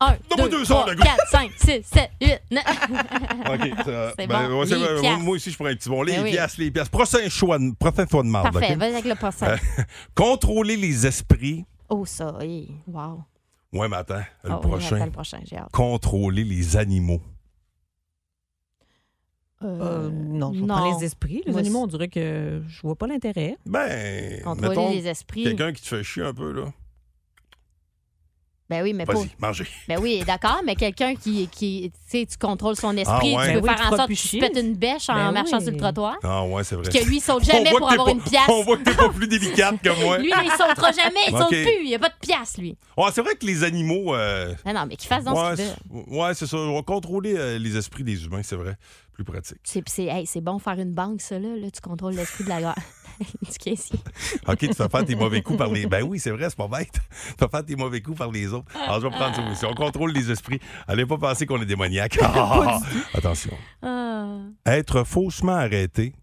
G: 1,
A: Donne-moi
G: 2,
A: deux
G: 3,
A: secondes, le gars.
G: 4, 5, 6, 7, 8, 9.
A: OK. ça-
G: C'est
A: ben,
G: bon.
A: ouais, c'est-
G: Les
A: ouais, moi-
G: piastres.
A: moi aussi, je prends un petit bon. Les
G: Ben oui.
A: piastres, les piastres. Prochain choix, de- prochain choix de marde.
G: Parfait,
A: OK?
G: vas-y avec le passant.
A: Euh, contrôler les esprits.
G: Oh, ça, oui. Wow.
A: Ouais, mais attends, le
G: Ah oui,
A: prochain.
G: attends le prochain, j'ai hâte.
A: Contrôler les animaux.
K: Euh, non, je vais
G: non.
K: prendre les esprits. Les
G: Moi
K: animaux,
G: aussi.
K: on dirait que je vois pas l'intérêt.
A: Ben,
G: Contrôler
A: mettons,
G: les esprits.
A: Quelqu'un qui te fait chier un peu, là.
G: Ben oui, mais pas.
A: Vas-y, mangez.
G: Ben oui, d'accord, mais quelqu'un qui, qui tu sais, tu contrôles son esprit,
A: Ah ouais.
G: tu peux
A: Ben oui,
G: faire
A: tu
G: en
A: feras
G: sorte que
A: plus
G: tu
A: chier.
G: pètes une bêche en
K: Ben
G: marchant
K: oui.
G: sur le trottoir.
A: Ah, ouais, c'est vrai.
G: Puis Hein? que lui, il saute
A: On
G: jamais
A: voit
G: pour
A: que t'es
G: avoir
A: pas-
G: une pièce.
A: On voit que t'es pas plus délicate que moi.
G: Lui, il sautera jamais, il saute
A: Ok.
G: plus, il n'y a pas de pièce, lui.
A: Ouais, c'est vrai que les animaux. euh,
G: Non, non, mais qu'il fasse dans
A: ouais,
G: ce qu'il veut.
A: c'est- ouais, c'est ça. On va contrôler euh, les esprits des humains, c'est vrai. Plus pratique.
G: C'est c'est- hey, c'est bon faire une banque, ça, là. là, tu contrôles l'esprit de la guerre. du caissier.
A: OK, tu fais faire tes mauvais coups par les. Ben oui, c'est vrai, c'est pas bête. Tu fais faire tes mauvais coups par les autres. Alors, je vais prendre ça aussi. On contrôle les esprits. Allez pas penser qu'on est démoniaque. Attention.
G: Ah.
A: Être faussement arrêté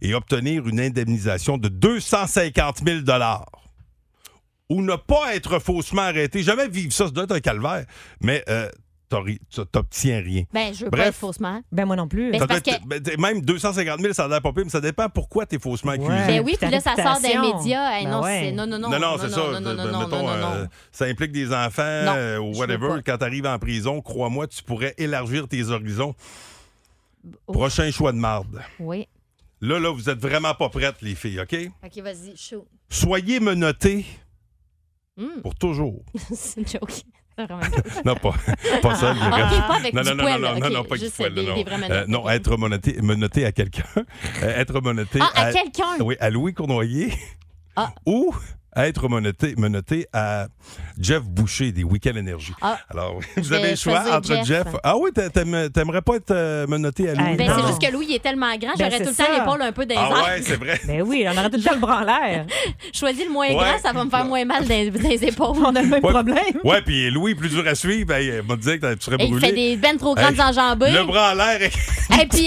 A: et obtenir une indemnisation de 250 000 ou ne pas être faussement arrêté. Jamais vivre ça, ça doit être un calvaire. Mais euh, t'as ri- t'as- t'obtiens rien.
G: Ben, je veux pas
A: Bref.
G: être faussement.
K: Ben, moi non plus.
G: Ben, c'est
A: Ça doit
G: parce que.
A: être- ben, t'es- Même 250 000, ça a l'air pas pire, mais ça dépend pourquoi t'es faussement accusé.
G: Ben oui, puis là, ça sort des
K: réputation.
G: médias. Hey,
K: Ben
G: non,
K: ouais.
G: c'est- non, non, non.
A: Non, non, c'est ça.
G: Non, non,
A: De-
G: non,
A: de-
G: non,
A: mettons,
G: non, non,
A: euh,
G: non.
A: ça implique des enfants
G: Non,
A: euh, ou
G: je veux
A: whatever.
G: pas.
A: Quand tu arrives en prison, crois-moi, tu pourrais élargir tes horizons. Prochain choix de marde.
G: Oui.
A: Là, là, vous êtes vraiment pas prêtes, les filles, OK?
G: OK, vas-y, chaud.
A: Soyez menottés
G: Hmm.
A: pour toujours.
G: c'est une joke. C'est vraiment une joke.
A: Non, pas, pas ça. le
G: Ah,
A: reste.
G: ok, pas avec
A: non,
G: du
A: non, non,
G: poil,
A: non, non,
G: ok,
A: non, pas avec du
G: juste
A: poil.
G: des-
A: non,
G: des
A: non.
G: vrais
A: Euh, non, être menotté, menotté à quelqu'un. Euh, être menotté
G: Ah, à quelqu'un!
A: Oui, à Louis Cournoyer.
G: Ah.
A: Ou être menotté, menotté à Jeff Boucher des Week-ends Énergie.
G: Ah.
A: Alors,
G: Je
A: vous
G: vais
A: avez le choix
G: choisir
A: entre Jeff.
G: Jeff.
A: Ah oui, t'a- t'aimes- t'aimerais pas être euh, menotté à Louis?
G: Ben, c'est juste que Louis il est tellement grand,
K: Ben,
G: j'aurais
K: c'est
G: tout le
K: ça.
G: temps l'épaule un peu dans les
A: Ah
G: airs.
A: ouais, c'est vrai.
K: Ben oui, on aurait tout le temps le bras en l'air.
G: Choisis le moins
A: Ouais.
G: grand, ça va me faire moins mal dans, dans les épaules. On a le même
A: Ouais.
K: problème.
A: Ouais, puis Louis, plus dur à suivre, ben, il m'a dit que tu serais
G: Et il
A: brûlé.
G: fait des ben trop grandes
A: Hey,
G: enjambées.
A: Le bras en l'air.
G: Et puis,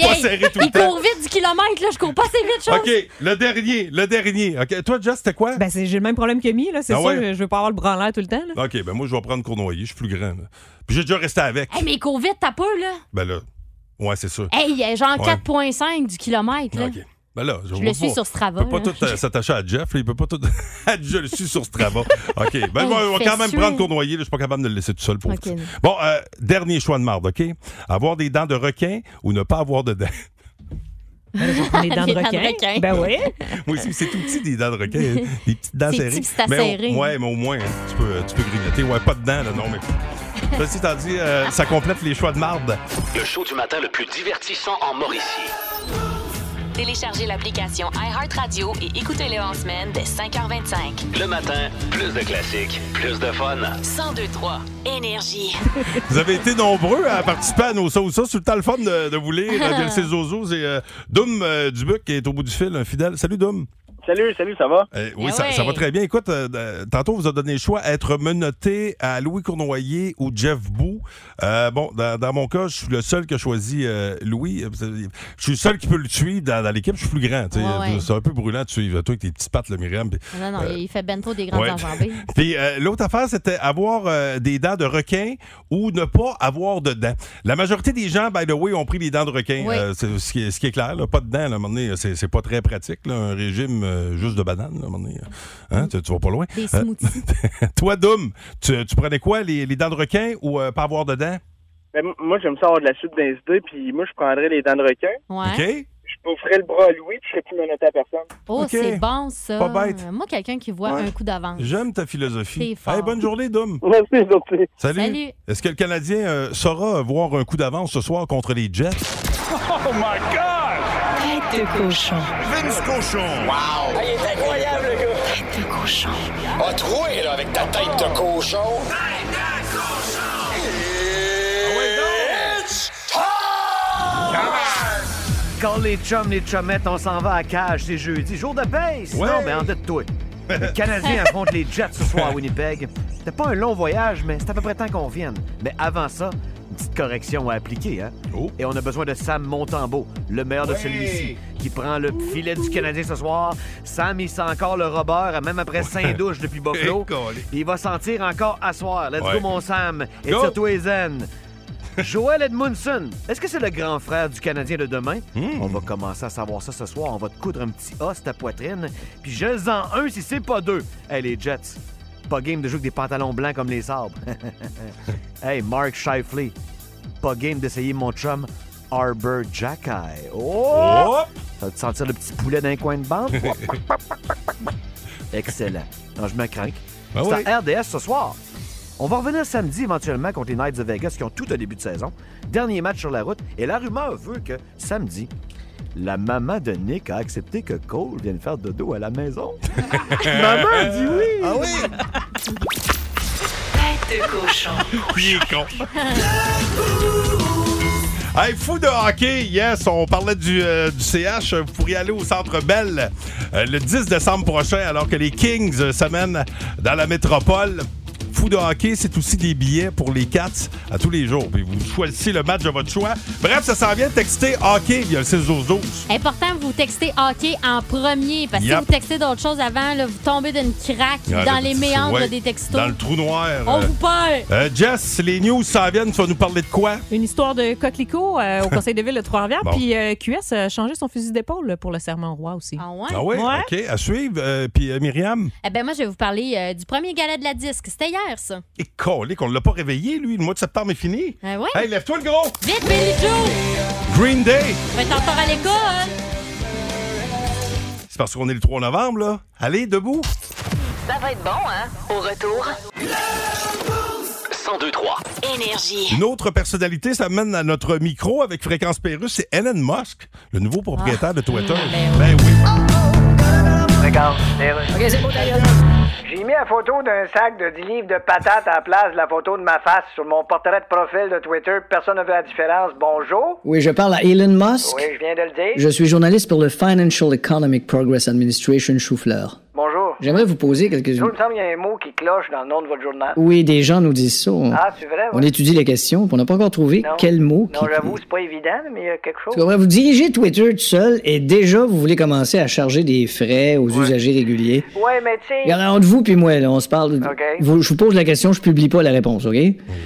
A: pas
G: hey,
A: serré tout le
G: il
A: temps.
G: court vite du kilomètre, là. Je cours pas assez vite, chose.
A: OK, le dernier, le dernier. OK, toi, Jeff, c'était quoi?
K: Ben, c'est- j'ai le même problème que Mi, là. C'est
A: Ah
K: sûr,
A: ouais?
K: je veux pas avoir le bras en l'air tout le temps, là.
A: OK, ben moi, je vais prendre Cournoyer, je suis plus grand. là. Puis j'ai déjà resté avec.
G: Hey, mais il court vite, t'as peur, là.
A: Ben là, ouais, c'est sûr.
G: Hey, il y a genre
A: Ouais.
G: 4,5 du kilomètre, là.
A: OK. Ben là, je,
G: Je
A: vois
G: le suis
A: pas.
G: sur Strava,
A: Il peut pas
G: là.
A: tout euh, s'attacher à Jeff, là, il peut pas tout. Ah, je le suis sur Strava. OK, ben
G: Il
A: on va- on va
G: fait
A: quand même
G: suer.
A: prendre Cournoyer, là, je suis pas capable de le laisser tout seul pour
G: OK.
A: petit. Bon, euh, dernier choix de marde, OK? Avoir des dents de requin ou ne pas avoir de dents.
K: Je vais prendre les dents de
G: Les dents de
K: requin.
G: requin.
K: Ben oui.
A: Moi aussi, c'est tout petit des dents de requin, hein. des petites dents
G: C'est
A: serrées.
G: petit, puis c'est
A: mais au-
G: acéré.
A: ouais, mais au moins, hein, tu peux, tu peux grignoter. Ouais, pas de dents, là, non, mais. Ceci étant dit, euh, ça complète les choix de marde.
B: Le show du matin le plus divertissant en Mauricie.
F: Téléchargez l'application iHeartRadio et écoutez-le en semaine dès 5h25.
B: Le matin, plus de classiques, plus de fun.
F: 1023 Énergie.
A: Vous avez été nombreux à participer à nos ça ou ça. C'est tout le temps le fun de, de vous lire. DLC Zozo, c'est euh, Doom euh, Dubuc qui est au bout du fil, un fidèle. Salut Doom.
J: Salut, salut, ça va?
A: Euh, oui,
G: Ah
A: ça,
G: ouais.
A: ça va très bien. Écoute, euh, euh, tantôt, on vous a donné le choix être menotté à Louis Cournoyer ou Jeff Bou. Euh, bon, dans, dans mon cas, je suis le seul qui a choisi euh, Louis. Euh, Je suis le seul qui peut le suivre dans, dans l'équipe. Je suis plus grand. tu sais.
G: Ouais, ouais.
A: C'est un peu brûlant de suivre. Toi, avec tes petites pattes, le Myriam. Puis-
G: Non, non,
A: Euh,
G: il fait ben trop des grandes
A: ouais.
G: enjambées.
A: Puis euh, l'autre affaire, c'était avoir euh, des dents de requin ou ne pas avoir de dents. La majorité des gens, by the way, ont pris les dents de requin.
G: Oui.
A: Euh, c'est- ce, qui est, ce qui est clair, là, pas de dents, là, à un moment donné, c'est, c'est pas très pratique. là, un régime euh, juste de bananes, là, à un moment donné. Hein, tu, tu vas pas loin.
G: Des
A: Euh,
G: smoothies.
A: toi, Doom, tu, tu prenais quoi, les, les dents de requin ou euh, pas avoir de dents?
J: Ben, m- moi, j'aime ça avoir de la suite dans les idées, puis moi, je prendrais les dents de requin,
G: Ouais.
A: OK?
J: je boufferais le bras à Louis, puis je serais plus menotté à personne.
G: Oh,
A: OK.
G: c'est bon, ça.
A: Pas bête.
G: Moi, quelqu'un qui voit
A: Ouais.
G: un coup d'avance.
A: J'aime ta philosophie.
G: C'est fort.
A: Hey, bonne journée, Doom.
J: Merci, merci.
A: Salut.
G: Salut.
A: Est-ce que le Canadien euh, saura voir un coup d'avance ce soir contre les Jets?
L: Oh my God!
M: Tête de cochon.
L: Vince Cochon. Wow! Ah, il est incroyable, le gars!
M: Tête de cochon.
L: A troué, là, avec ta tête de cochon. Tête de Ah cochon! It's Ah, time!
N: Quand les chums, les chumettes, on s'en va à cage, c'est jeudi. Jour de paye, sinon,
A: Ouais.
N: ben, endette-toi. Les Canadiens affrontent les Jets ce soir à Winnipeg. C'était pas un long voyage, mais c'est à peu près temps qu'on vienne. Mais avant ça, une petite correction à appliquer, hein? Et on a besoin de Sam Montembeau, le meilleur de
L: Oh. Ouais.
N: celui-ci, qui prend le filet du Canadien ce soir. Sam, il sent encore le Robert, même après cinq douches depuis Buffalo. Il va sentir encore à soir. Let's
L: Ouais.
N: go, mon Sam. Et
L: Go.
N: tire-toi les zen. Joel Edmundson, est-ce que c'est le grand frère du Canadien de demain?
L: Hmm.
N: On va commencer à savoir ça ce soir. On va te coudre un petit os ta poitrine, puis je en un si c'est pas deux. Hey, les Jets, pas game de jouer avec des pantalons blancs comme les sabres. hey, Mark Shifley, pas game d'essayer mon chum Arbor Jacky. Oh!
A: Hop!
N: Ça va te sentir le petit poulet d'un coin de bande? Excellent. Non, je me craque.
L: Ben
N: c'est
L: oui.
N: à RDS ce soir. On va revenir samedi éventuellement contre les Knights de Vegas qui ont tout un début de saison. Dernier match sur la route. Et la rumeur veut que samedi, la maman de Nick a accepté que Cole vienne faire dodo à la maison. maman a dit oui! Ah oui!
M: Tête de cochon.
A: Il est con. Hey, fou de hockey, yes, on parlait du, euh, du CH. Vous pourriez aller au Centre Bell euh, le 10 décembre prochain, alors que les Kings euh, s'amènent dans la métropole. fous de hockey, c'est aussi des billets pour les Cats à tous les jours. Puis vous choisissez le match de votre choix. Bref, ça s'en vient. Textez hockey via le 6 12 12.
G: Important, vous textez hockey en premier. Parce que
A: Yep.
G: si vous textez d'autres choses avant, là, vous tombez d'une craque
A: Ah,
G: dans les méandres
A: Ouais,
G: des textos.
A: Dans le trou noir.
G: On
A: Euh,
G: vous perd.
A: euh, Jess, les news s'en viennent. Tu vas nous parler de quoi?
K: Une histoire de coquelicot euh, au conseil de ville de Trois-Rivières.
A: Bon.
K: Puis euh, QS a changé son fusil d'épaule là, pour le serment au roi aussi.
G: Ah ouais?
A: Ah oui? OK. À suivre. Euh, Puis euh, Myriam,
G: Eh ben moi, je vais vous parler euh, du premier gala de la disque. C'était hier, ça.
A: et collé qu'on l'a pas réveillé, lui. Le mois de septembre est fini.
G: Ah ouais?
A: Hey, lève-toi le gros!
G: Vite, Billy Joe!
A: Green Day!
G: On va être encore à l'école! hein?
A: C'est parce qu'on est le 3 novembre, là. Allez, debout!
C: Ça va être bon, hein? Au retour.
B: 1023.
F: Énergie.
A: Une autre personnalité, ça mène à notre micro avec Fréquence Pérus, c'est Elon Musk, le nouveau propriétaire de Twitter. Ben oui.
J: Regarde,
E: Oh, OK, c'est bon, d'ailleurs. J'ai mis la photo d'un sac de 10 livres de patates à la place de la photo de ma face sur mon portrait de profil de Twitter. Personne ne veut la différence. Bonjour.
D: Oui, je parle à Elon Musk.
E: Oui, je viens de le dire.
D: Je suis journaliste pour le Financial Economic Progress Administration Choufleur.
E: Bonjour.
D: J'aimerais vous poser quelques...
E: Il me semble qu'il y a un mot qui cloche dans le nom de votre journal.
D: Oui, des gens nous disent ça.
E: Ah, c'est vrai, ouais.
D: On étudie les questions, puis on n'a pas encore trouvé
E: Non.
D: quel mot
E: Non,
D: qui...
E: j'avoue, c'est pas évident, mais il y a quelque chose.
D: Parce que, ouais, vous dirigez Twitter tout seul et déjà vous voulez commencer à charger des frais aux usagers réguliers.
E: Ouais, mais tu sais.
D: Regardez, entre vous puis moi, là, on se parle. Vous- je vous pose la question, je publie pas la réponse, OK?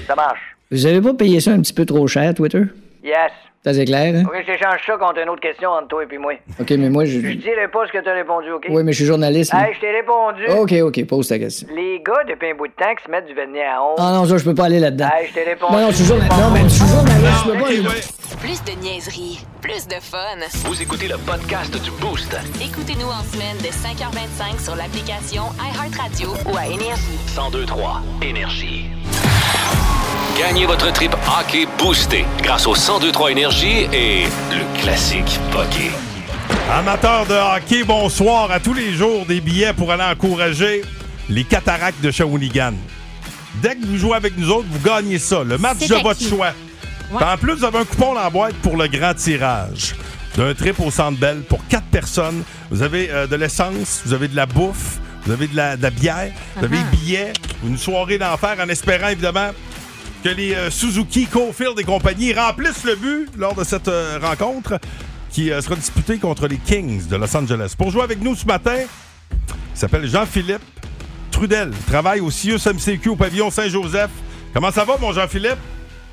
E: Ça marche.
D: Vous avez pas payé ça un petit peu trop cher, Twitter?
E: Yes.
D: Ça c'est clair, hein?
E: OK, je t'échange ça contre une autre question entre toi et puis moi.
D: OK, mais moi, je...
E: Je dirai pas ce que t'as répondu, OK?
D: Oui, mais je suis journaliste. là.
E: Hey, je t'ai répondu.
D: OK, OK, pose ta question.
E: Les gars, depuis un bout de temps, qui se mettent du vernis à ongles.
D: Ah non, ça, je peux pas aller là-dedans.
E: Hey, je t'ai répondu.
D: Non, non, je suis journaliste. Non, mais je suis journaliste, je peux pas aller
F: Plus de niaiserie, plus de fun.
B: Vous écoutez le podcast du Boost.
F: Écoutez-nous en semaine de 5h25 sur l'application iHeartRadio ou à Énergie.
B: 1023 Énergie. Gagnez votre trip hockey boosté grâce au 1023 Énergie et le classique hockey.
A: Amateurs de hockey, bonsoir à tous les jours des billets pour aller encourager les cataractes de Shawinigan. Dès que vous jouez avec nous autres, vous gagnez ça, le match
L: C'est
A: de
L: acquis.
A: votre choix.
L: Ouais.
A: En plus, vous avez un coupon dans la boîte pour le grand tirage. D'un trip au Centre Bell pour quatre personnes. Vous avez euh, de l'essence, vous avez de la bouffe, vous avez de la, de la bière, vous avez des billets, une soirée d'enfer en espérant évidemment que les euh, Suzuki, Cofield et compagnie remplissent le but lors de cette euh, rencontre qui euh, sera disputée contre les Kings de Los Angeles. Pour jouer avec nous ce matin, il s'appelle Jean-Philippe Trudel. Travaille au CIUS MCQ au pavillon Saint-Joseph. Comment ça va, mon Jean-Philippe?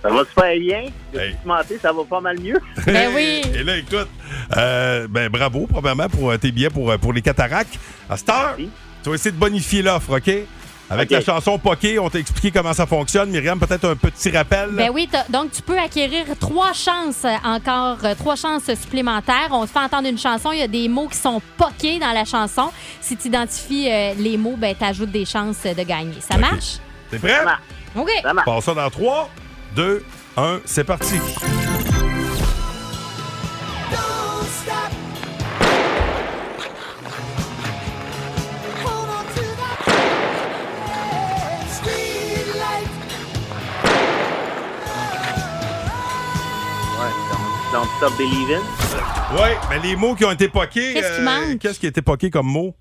J: Ça va super bien.
A: Hey.
J: Menté, ça va pas mal mieux.
G: Ben
A: Et là, écoute, euh, ben, bravo, premièrement, pour euh, tes billets pour, euh, pour les cataractes. À cette heure, tu vas essayer de bonifier l'offre, OK? Avec
J: OK.
A: la chanson Poké, on t'a expliqué comment ça fonctionne. Myriam, peut-être un petit rappel.
G: Ben oui, t'as- donc tu peux acquérir trois chances euh, encore, euh, trois chances supplémentaires. On te fait entendre une chanson, il y a des mots qui sont poqués dans la chanson. Si tu identifies euh, les mots, ben t'ajoutes des chances euh, de gagner. Ça marche?
A: T'es prêt?
G: OK.
A: Passe ça dans 3, 2, 1, c'est parti.
J: Ouais, don't, don't stop believing.
A: Ouais, mais les mots qui ont été poqués. euh,
J: Qu'est-ce qui manque?
A: Qu'est-ce qui a été poqué comme mot?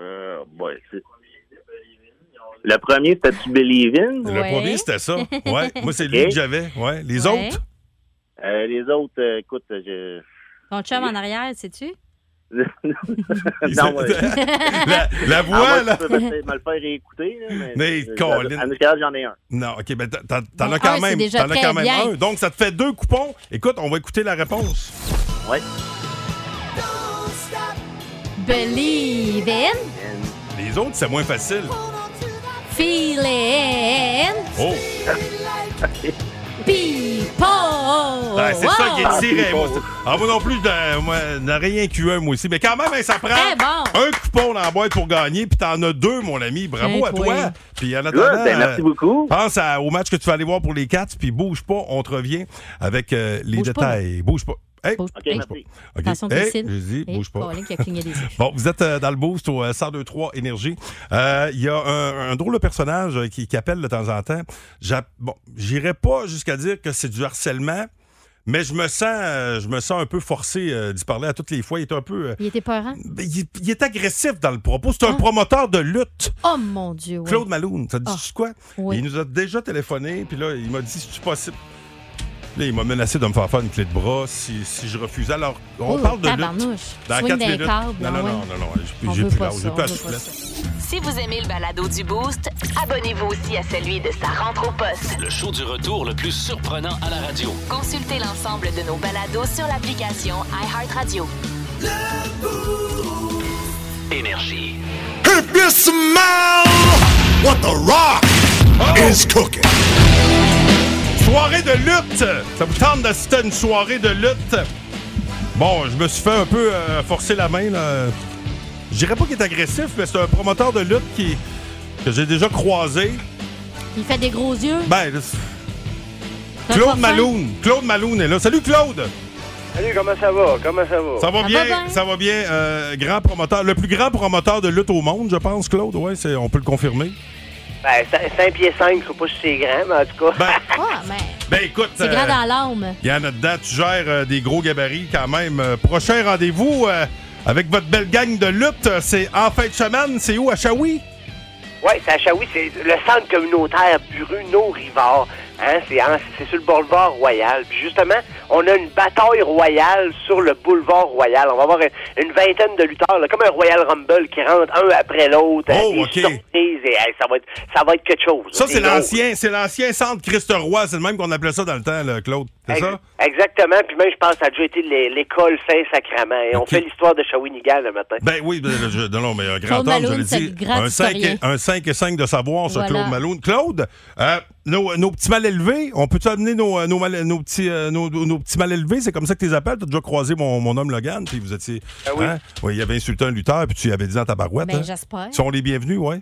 J: Euh, boy, c'est- le premier, c'était-tu believing?
A: Le premier, c'était ça. Ouais. Moi, c'est lui
J: Ok.
A: que j'avais. Ouais. Les
G: Ouais.
A: autres?
J: Euh, les autres, euh, écoute, je.
G: Ton chum en arrière, sais-tu?
J: non, ouais.
A: La- la voix,
J: Ah, moi,
A: là.
J: Tu peux peut-être me le faire écouter, là, mais.
A: Mais,
J: je-
A: Colin.
J: À Nicolas, j'en ai un.
A: Non, OK, ben t'en- t'en t'en
J: Bon,
A: as quand
J: un, c'est
A: même,
J: déjà
A: t'en as
J: très
A: quand même
J: bien.
A: un. Donc, ça te fait deux coupons. Écoute, on va écouter la réponse.
J: Ouais.
G: Believe in,
A: Les autres, c'est moins facile.
G: feel in,
A: Oh!
G: people.
A: Ben, c'est ça qui est tiré.
J: Ah,
A: Moi, c'est- ah, moi non plus, je moi, je n'ai rien qu'u un, moi aussi. Mais quand même, hein, ça prend
G: Eh,
A: un coupon dans la boîte pour gagner, puis t'en as deux, mon ami. Bravo à
J: Incroyable.
A: toi. Puis en
J: Good,
A: attendant, euh,
J: ben, merci beaucoup.
A: Pense à- au match que tu vas aller voir pour les Cats, puis bouge pas, on te revient avec euh, les
G: Bouge pas,
A: détails. bouge pas. Hey, bouge
J: OK, merci.
A: OK.
G: Attention,
A: Hey,
G: difficile.
A: je dis,
G: Hey,
A: bouge pas.
G: Colin qui a cligné des yeux.
A: Bon, vous êtes euh, dans le boost au euh, 1023 Énergie. Euh, Il y a un, un drôle de personnage euh, qui, qui appelle de temps en temps. J'a- Bon, j'irai pas jusqu'à dire que c'est du harcèlement, Mais je me sens, euh, je me sens un peu forcé euh, d'y parler à toutes les fois. Il est un peu. euh,
G: Il était peurant.
A: ben, il, est- il est agressif dans le propos. C'est un promoteur de lutte.
G: Oh mon Dieu. oui.
A: Claude Maloune, ça te dit
G: Ah.
A: juste quoi?
G: Oui.
A: Il nous a déjà téléphoné, puis là, il m'a dit si tu possible. Là, il m'a menacé de me faire faire une clé de bras si, si je refusais. Alors, on
G: Oh,
A: parle de
G: tabarnouche.
A: lutte. Dans
G: Swing
A: quatre
G: des
A: minutes.
G: câbles,
A: non,
G: ah
A: non,
G: ouais.
A: non, non, non, j'ai-
G: On
A: j'ai
G: veut
A: plus
G: pas
A: la- j'ai
G: ça,
A: plus
G: on
A: la
G: veut pas
A: souplesse.
C: Si vous aimez le balado du Boost, abonnez-vous aussi à celui de sa rentre au poste.
B: Le show du retour le plus surprenant à la radio.
C: Consultez l'ensemble de nos balados sur l'application iHeartRadio.
B: Énergie.
L: If you smell what the
A: Ah!
L: rock is cooking.
A: Oh! Soirée de lutte! Ça vous tente d'assister à une soirée de lutte? Bon, je me suis fait un peu euh, forcer la main. Là. Je dirais pas qu'il est agressif, mais c'est un promoteur de lutte qui, que j'ai déjà croisé.
G: Il fait des gros yeux.
A: Ben, là, c'est- Claude Maloune. Claude Maloune est là. Salut Claude!
O: Salut, comment ça va? Comment ça va?
A: Ça va bien, ça va bien. euh, grand promoteur, le plus grand promoteur de lutte au monde, je pense, Claude. Ouais, c'est, on peut le confirmer.
O: Ben, 5 pieds 5, je sais pas si c'est grand, mais en tout cas.
G: Ah, mais
A: Ben écoute,
G: c'est
A: euh,
G: grand dans l'âme.
A: il y en a dedans, tu gères euh, des gros gabarits quand même. Euh, prochain rendez-vous euh, avec votre belle gang de lutte, euh, c'est en fin de semaine. C'est où à Shawi?
O: ouais, c'est à Chaoui, c'est le centre communautaire Bruno Rivard. Hein, c'est, en- c'est sur le boulevard Royal. Puis justement, on a une bataille royale sur le boulevard Royal. On va avoir une, une vingtaine de lutteurs, là, comme un Royal Rumble qui rentre un après l'autre.
A: Oh,
O: euh, des
A: OK.
O: surprises, et, hey, ça, va être, ça va être quelque chose.
A: Ça, c'est
O: Des gros.
A: l'ancien, c'est l'ancien centre Christ Roi, c'est le même qu'on appelait ça dans le temps, là, Claude. C'est
O: Ex-
A: ça?
O: Exactement. Puis même, je pense, ça a déjà été l'é- l'école Saint-Sacrement. Et on fait l'histoire de Shawinigan le matin.
A: Ben oui, ben, je- non, non, mais un grand
O: Claude
A: homme,
O: Malone,
A: je
O: c'est
A: le
O: le
A: dis.
O: grand
A: un 5,
O: historien.
A: et, un 5 et 5 de savoir, ça,
O: Voilà.
A: Claude Malone. Claude, euh, nos, nos petits mal élevés, on peut-tu amener nos, euh, nos, mal- nos petits, euh, nos, nos petits mal élevés? C'est comme ça que tu les appelles? Tu as déjà croisé mon, mon homme Logan, puis vous étiez.
O: oui.
A: hein? Oui, il avait insulté un lutteur, puis tu lui avais dit dans ta barouette.
O: Ben,
A: hein?
O: j'espère.
A: Sont les bienvenus, ouais.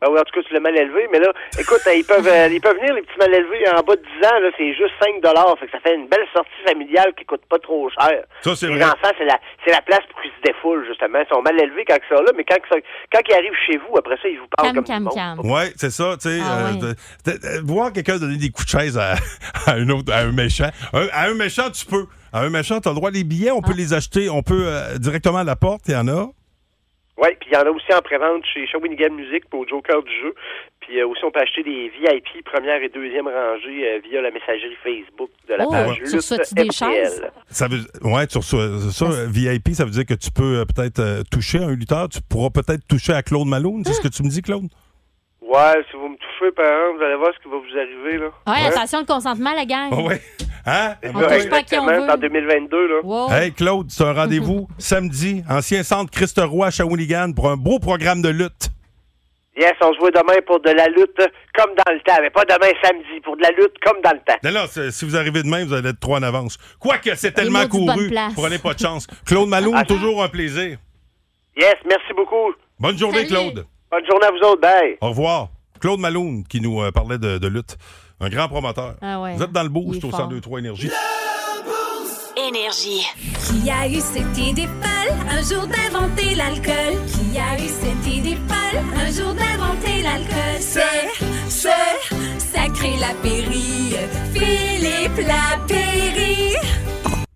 O: Ben oui, en tout cas, tu l'as mal élevé. Mais là, écoute, hein, ils peuvent, euh, ils peuvent venir, les petits mal élevés. En bas de 10 ans, là, c'est juste 5 Fait que ça fait une belle sortie familiale qui coûte pas trop cher.
A: Ça, c'est
O: les
A: vrai.
O: enfants, c'est la, c'est la place pour qu'ils se défoulent, justement. Ils sont mal élevés quand ils sont là, mais quand ils, sont- quand ils arrivent chez vous, après ça, ils vous parlent comme du monde.
A: Ouais, c'est ça, tu sais.
O: Ah
A: euh, de- de- de- voir quelqu'un donner des coups de chaise à, à un autre, à un méchant. Un- à un méchant, tu peux. À un méchant, tu as le droit. Les billets, on
O: Ah.
A: peut les acheter, on peut euh, directement à la porte, il y en a.
O: Oui, puis il y en a aussi en pré-vente chez Shawinigan Music pour Joker du jeu. Puis euh, aussi, on peut acheter des VIP première et deuxième rangée euh, via la messagerie Facebook de la
G: Oh,
O: page
G: tu
O: Lutte
G: reçois-tu des
O: MTL.
G: chances?
A: Ça veut, ouais, tu reçois- ça, euh, VIP, ça veut dire que tu peux euh, peut-être euh, toucher un lutteur, tu pourras peut-être toucher à Claude Malone, c'est ce que tu me dis, Claude?
O: Ouais, si vous me touchez, par exemple, vous allez voir ce qui va vous arriver, là.
G: Ouais, attention, le consentement, la gang.
A: Ah ouais. Hein?
O: C'est
A: Ah
O: ça,
A: ouais.
G: on
O: exactement,
G: veut.
O: Eh ben, c'est en 2022, là.
A: Hey Claude, c'est un rendez-vous samedi, ancien centre Christ-Roi à Shawinigan pour un beau programme de lutte.
O: Yes, on se voit demain pour de la lutte comme dans le temps, mais pas demain samedi, pour de la lutte comme dans le temps.
A: Non, non, c'est- si vous arrivez demain, vous allez être trois en avance. Quoique, c'est tellement
O: maudits bonnes
A: couru,
O: places.
A: prenez pas de chance. Claude Malone, toujours un plaisir.
O: Yes, merci beaucoup.
A: Bonne journée, Claude.
O: Bonne journée à vous autres, bye.
A: Au revoir. Claude Malone qui nous euh, parlait de, de lutte. Un grand promoteur.
C: Ah ouais,
A: Vous êtes dans le
C: il
A: boost
C: est
A: au
C: fort.
A: 102-3 Énergie.
C: Énergie.
P: Qui a eu cette idée folle un jour d'inventer l'alcool? Qui a eu cette idée folle un jour d'inventer l'alcool? C'est, c'est, sacré la Péry, Philippe Lapéry.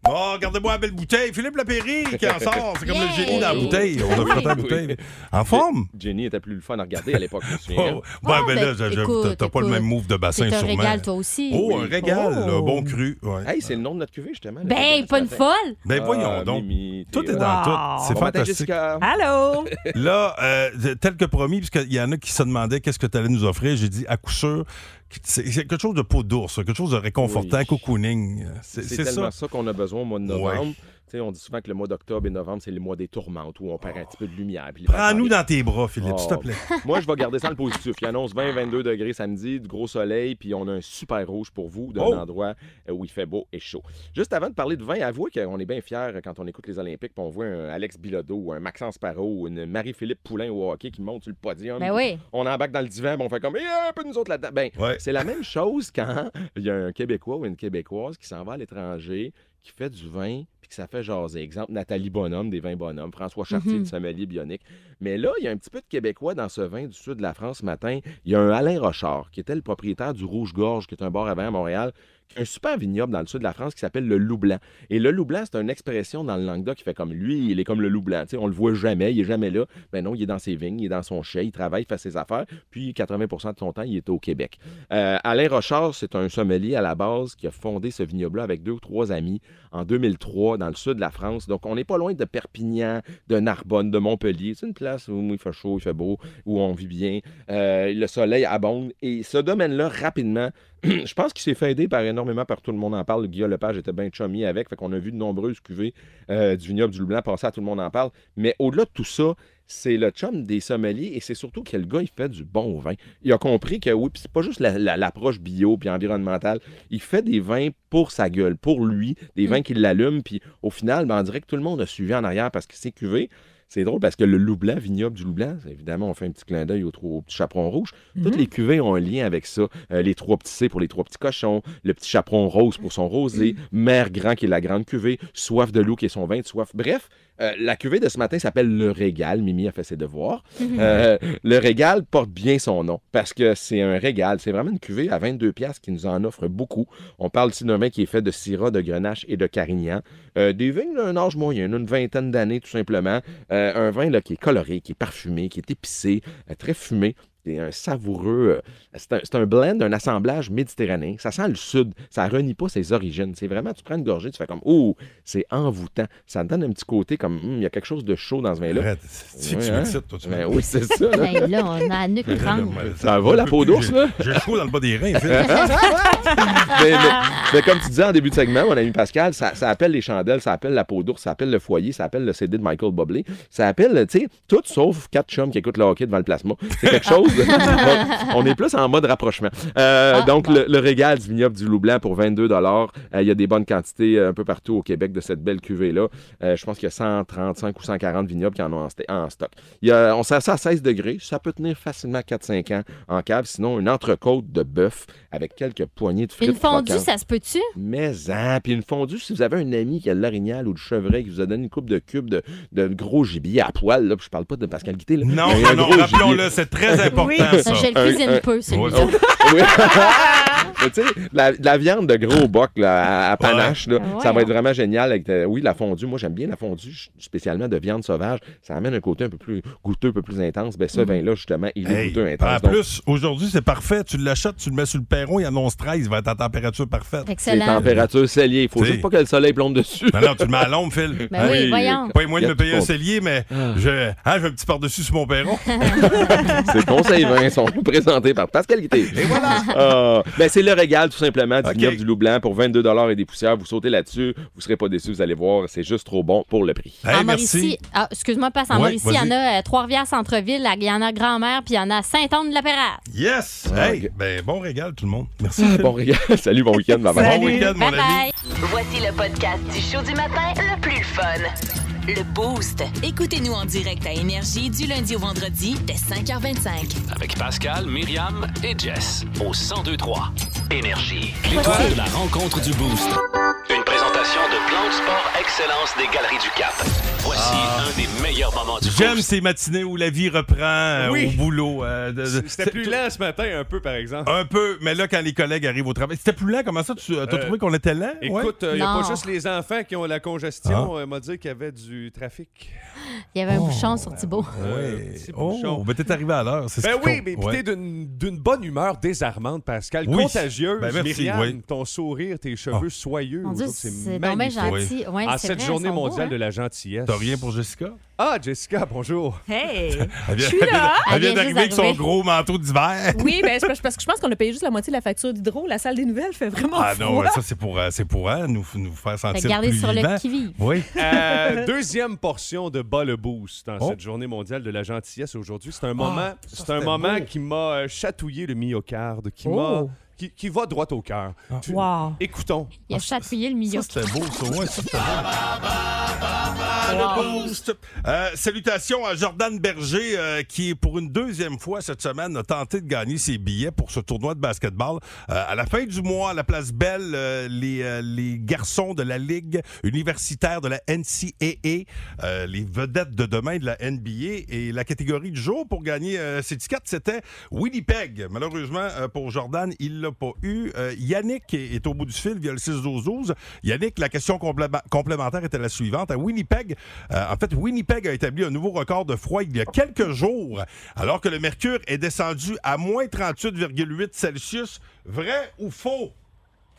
A: Oh, regardez-moi la belle bouteille. Philippe Lapéry qui en sort. C'est comme le
P: Yeah.
A: génie dans la bouteille. On a frotté la
Q: Oui.
A: bouteille. En forme?
Q: Jenny était plus le fun à regarder à l'époque, je me souviens.
G: Ah,
Q: Ah,
A: Oh, ben, ben là, je- je- t'as pas le même move de bassin,
G: C'est un
A: sûrement.
G: régal, toi aussi.
A: Oh, un régal, là, bon cru. ouais.
Q: Hey, c'est le nom de notre cuvée, justement. là,
G: Ben,
Q: ce
G: pas une
Q: matin.
G: folle.
A: Ben
Q: Ah,
A: voyons donc.
Q: Mimi,
A: Tout
Q: t'es-
A: est dans
Q: Wow.
A: tout. C'est
Q: Bon matin,
A: fantastique.
Q: Jessica.
K: Allô?
A: Là, euh, tel que promis, parce qu'il y en a qui se demandaient qu'est-ce que tu allais nous offrir, j'ai dit à coup sûr, que c'est c'est quelque chose de peau d'ours, quelque chose de réconfortant, cocooning. C'est
Q: C'est
A: c'est
Q: tellement
A: ça.
Q: ça, qu'on a besoin au mois de novembre.
A: Ouais.
Q: Tu sais, On dit souvent que le mois d'octobre et novembre, c'est les mois des tourmentes où on perd un petit peu de lumière. puis les
A: Prends-nous dans tes bras, Philippe, s'il te
Q: Ah, Oh.
A: plaît.
Q: Moi, je vais garder ça en le positif. Il annonce 20-22 degrés samedi, du gros soleil, puis on a un super rouge pour vous d'un
A: Oh!
Q: endroit où il fait beau et chaud. Juste avant de parler de vin, avouez qu'on est bien fiers quand on écoute les Olympiques, puis on voit un Alex Bilodeau, ou un Maxence Parot, ou une Marie-Philippe Poulain au hockey qui monte sur le podium.
G: Ben oui.
Q: On embarque dans le divan, puis on fait comme Eh, un peu de nous autres là-dedans. Ben, c'est la même chose quand il y a un Québécois ou une Québécoise qui s'en va à l'étranger, qui fait du vin, puis puis que ça fait jaser. Exemple, Nathalie Bonhomme des vins Bonhomme, François Chartier
G: Mm-hmm.
R: Mhm.
Q: du sommelier bionique. Mais là, il y a un petit peu de Québécois dans ce vin du sud de la France ce matin. Il y a un Alain Rochard, qui était le propriétaire du Rouge Gorge, qui est un bar à vin à Montréal, qui a un super vignoble dans le sud de la France qui s'appelle le loup blanc. Et le loup blanc, c'est une expression dans le Languedoc qui fait comme lui, il est comme le loup blanc. Tu sais, on le voit jamais, il est jamais là. Mais non, il est dans ses vignes, il est dans son chai, il travaille, il fait ses affaires. Puis 80 de son temps, il est au Québec. Euh, Alain Rochard, c'est un sommelier à la base qui a fondé ce vignoble avec deux ou trois amis en 2003 dans le sud de la France. Donc, on n'est pas loin de Perpignan, de Narbonne, de Montpellier. C'est une place où il fait chaud, il fait beau, où on vit bien. Euh, le soleil abonde. Et ce domaine-là, rapidement, je pense qu'il s'est fait aider par énormément par tout le monde en parle. Guillaume Lepage était bien chummy avec. Fait qu'on a vu de nombreuses cuvées euh, du vignoble du Loup Blanc passer à tout le monde en parle. Mais au-delà de tout ça, c'est le chum des sommeliers et c'est surtout que le gars, il fait du bon vin. Il a compris que oui, puis c'est pas juste la- la- l'approche bio puis environnementale. Il fait des vins pour sa gueule, pour lui, des vins qui l'allument. Puis au final, ben, on dirait que tout le monde a suivi en arrière parce que c'est cuvé. C'est drôle parce que le loup blanc, vignoble du loup blanc, évidemment, on fait un petit clin d'œil aux trois aux petits chaperons rouges. Toutes les cuvées ont un lien avec ça. Euh, les trois petits C pour les trois petits cochons, le petit chaperon rose pour son rosé, Mère Grand qui est la grande cuvée, Soif de loup qui est son vin de soif. Bref, euh, la cuvée de ce matin s'appelle Le Régal. Mimi a fait ses devoirs. Euh, le Régal porte bien son nom parce que c'est un régal. C'est vraiment une cuvée à 22 piastres qui nous en offre beaucoup. On parle ici d'un vin qui est fait de Syrah, de Grenache et de Carignan. Euh, des vins d'un âge moyen, une vingtaine d'années tout simplement. Euh, un vin là, qui est coloré, qui est parfumé, qui est épicé, euh, très fumé. C'est un savoureux. euh, C'est un, c'est un blend, un assemblage méditerranéen. Ça sent le sud. Ça renie pas ses origines. C'est vraiment, tu prends une gorgée, tu fais comme, oh, c'est envoûtant. Ça te donne un petit côté comme, Hum, il y a quelque chose de chaud dans ce vin-là.
A: Arrête, c'est- tu m'excites, toi, tu
Q: Ben
A: m'excites.
Q: oui, c'est ça. là.
G: Ben là, on a la nuque grande.
Q: Ça va, la peau d'ours, là?
A: J'ai chaud dans le bas des reins. tu sais.
Q: mais, mais- mais comme tu disais en début de segment, mon ami Pascal, ça, ça appelle les chandelles, ça appelle la peau d'ours, ça appelle le foyer, ça appelle le CD de Michael Bublé, ça appelle, tu sais, tout sauf quatre chums qui écoutent le hockey devant le plasma. C'est quelque chose. de- on est plus en mode rapprochement. Euh, donc, le, le régal du vignoble du Loup Blanc pour 22 Euh, Il y a des bonnes quantités euh, un peu partout au Québec de cette belle cuvée-là. Euh, je pense qu'il y a 135 ou 140 vignobles qui en ont en, sta- en stock. Il y a- on sert ça à 16 degrés. Ça peut tenir facilement 4-5 ans en cave. Sinon, une entrecôte de bœuf avec quelques poignées de frites.
G: Une fondue,
Q: croquantes.
G: ça se peut-tu?
Q: Mais hein, puis une fondue, si vous avez un ami qui a de l'orignal ou du chevreuil qui vous a donné une coupe de cubes de, de gros gibier à poil, là, puis je parle pas de Pascal Guité, là.
A: Non,
Q: Mais un
A: non,
Q: gros gibier.
A: rappelons-le, c'est très important,
G: Oui,
A: ça.
G: je le cuisine peu, celui-là.
Q: Oui. Oui. Mais tu sais, de la, de la viande de gros boc là, à, à panache, là,
G: Ah ouais,
Q: ça va
G: hein.
Q: être vraiment génial. Avec de- oui, la fondue, moi j'aime bien la fondue, ch- spécialement de viande sauvage. Ça amène un côté un peu plus goûteux, un peu plus intense. Ben, ce
A: Mm.
Q: vin-là, justement, il est
A: Hey,
Q: goûteux intense.
A: en
Q: Donc,
A: plus, aujourd'hui, c'est parfait. Tu l'achètes, tu le mets sur le perron, il annonce 13, il va être à température parfaite.
Q: c'est température cellier. Il faut
A: Tu sais.
Q: juste pas que le soleil plombe dessus.
A: Non, non, tu le mets à l'ombre, Phil.
Q: Ben oui, voyons.
A: Pas
Q: Y
A: moyen de
Q: a
A: me payer
Q: tout
A: un
Q: compte. Ah.
A: cellier, mais je, hein, j'ai un petit par-dessus sur mon perron.
Q: Ces conseils vins sont présentés par Pascal Guité. Et voilà. c'est le régal, tout simplement, du vignoble du loup blanc pour 22 et des poussières. Vous sautez là-dessus, vous serez pas déçus, vous allez voir, c'est juste trop bon pour le prix.
G: en Mauricie, ah, excuse-moi, passe en
Q: Ouais,
G: Mauricie, il y en
Q: vas-y.
G: a euh, Trois-Rivières, Centre-Ville, il y en a Grand-Mère, puis il y en a Saint-Anne-de-la-Pérade.
A: Yes!
Q: Ah,
A: hey,
Q: ok. Ah,
A: ben, bon régal, tout le monde. Merci.
Q: Bon régal. Salut, bon week-end, ma
A: Ah bah, Bon week-end, mon ami.
C: Voici le podcast du show du matin le plus fun.
F: Le Boost. Écoutez-nous en direct à Énergie du lundi au vendredi dès 5h25.
B: Avec Pascal, Myriam et Jess au 1023 Énergie. L'étoile de la rencontre du Boost. Une présentation de Plan de Sport Excellence des Galeries du Cap. Voici
A: Ah.
B: un des meilleurs moments du
A: J'aime ces matinées où la vie reprend euh,
B: Oui.
A: au boulot. euh, de- de-
S: C'était plus lent ce matin, un peu, par exemple.
A: Un peu, mais là, quand les collègues arrivent au travail. C'était plus lent, comment ça? Tu as
S: Euh,
A: trouvé qu'on était lent? Ouais.
S: Écoute, il n'y a pas juste les enfants qui ont la congestion.
A: Ah.
S: Elle m'a dit qu'il y avait du trafic.
G: Il y avait un bouchon sur Thibault.
S: Euh,
A: Ouais.
S: petit
A: Oh,
S: bouchon.
A: ben t'es arrivé à l'heure. c'est ce
S: Ben
A: qui
S: oui,
A: compte.
S: mais puis
A: Ouais.
S: t'es d'une d'une bonne humeur désarmante, Pascal.
A: Oui.
S: Contagieuse,
A: Ben merci,
S: Myriam,
A: oui. Ah.
S: ton sourire, tes cheveux soyeux.
G: Mon Dieu,
S: Aujourd'hui,
G: c'est donc bien
S: magnifique.
G: gentil. Oui. Ouais,
S: en
G: c'est
S: cette
G: vrai,
S: journée
G: ils sont beaux,
S: mondiale
G: hein.
S: de la gentillesse.
A: T'as rien pour Jessica?
S: Ah, Jessica, bonjour.
T: Hey!
A: Elle
T: Je
A: vient,
T: suis là!
A: elle vient d'arriver avec son gros manteau d'hiver.
T: Oui, ben, c'est parce- parce que je pense qu'on a payé juste la moitié de la facture d'hydro. La salle des nouvelles fait vraiment
A: Ah non,
T: froid.
A: ça c'est pour, euh, c'est pour euh, nous, nous faire sentir
T: garder
A: plus
T: sur le
A: vivants.
T: qui-vive.
A: Oui.
S: Euh, deuxième portion de Bas le Boost dans
A: Oh. Ah,
S: cette journée mondiale de la gentillesse aujourd'hui. C'est un moment,
A: ça,
S: c'est
A: c'était
S: un moment
A: beau.
S: qui m'a euh, chatouillé le myocarde, qui
A: Oh. Ah.
S: m'a qui, qui va droit au cœur. Tu-
T: Wow.
S: Écoutons.
G: Il a chatouillé le milieu.
A: C'était beau, ça. Ouais, ça, c'était beau. le boost. Euh, salutations à Jordan Berger euh, qui, pour une deuxième fois cette semaine, a tenté de gagner ses billets pour ce tournoi de basketball. Euh, à la fin du mois, à la place Belle, euh, les, euh, les garçons de la Ligue universitaire de la NCAA, euh, les vedettes de demain de la NBA et la catégorie du jour pour gagner euh, ces tickets, c'était Winnipeg. Malheureusement, euh, pour Jordan, il l'a pas eu. Euh, Yannick est, est au bout du fil via le 6-12-12. Yannick, la question compléma- complémentaire était la suivante. À Winnipeg, euh, en fait, Winnipeg a établi un nouveau record de froid il y a quelques jours, alors que le mercure est descendu à moins 38,8 Celsius. Vrai ou faux?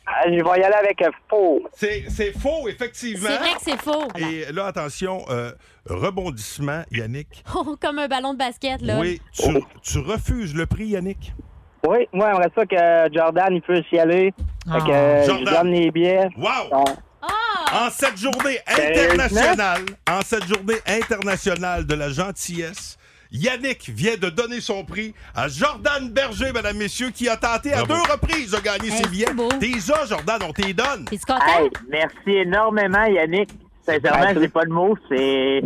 O: Ah, Je vais y aller avec faux.
A: C'est c'est faux, effectivement.
G: C'est vrai que c'est faux.
A: Et là, attention, euh, rebondissement, Yannick.
G: Oh, Comme un ballon de basket, là.
A: Oui, tu, tu refuses le prix, Yannick.
J: Oui, moi, on laisse ça que Jordan, il puisse y aller. Fait que euh, je
A: Ah. Jordan.
J: donne les billets.
A: Wow!
G: Ah!
A: En cette journée
J: Sérieusement?
A: internationale, en cette journée internationale de la gentillesse, Yannick vient de donner son prix à Jordan Berger, mesdames, messieurs, qui a tenté à deux reprises de gagner ses billets. T'es ça, Jordan, on t'y donne.
J: Hey, merci énormément, Yannick. Sincèrement, je n'ai pas de mots. C'est.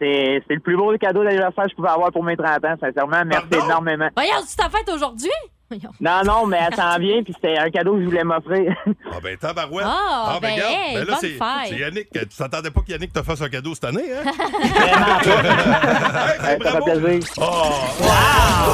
J: C'est c'est le plus beau cadeau d'anniversaire que je pouvais avoir pour mes 30 ans, sincèrement. Merci énormément.
G: Voyons, c'est ta fête aujourd'hui? Voyons.
J: Non, non, mais elle s'en vient, puis c'était un cadeau que je voulais m'offrir.
A: Ah ben tabarouette.
G: Ah, ben,
A: regarde,
G: hey,
A: ben là,
G: bonne
A: c'est
G: fête.
A: c'est Yannick. Tu t'attendais pas que Yannick te fasse un cadeau cette année, hein? ben, Ah,
L: Ah!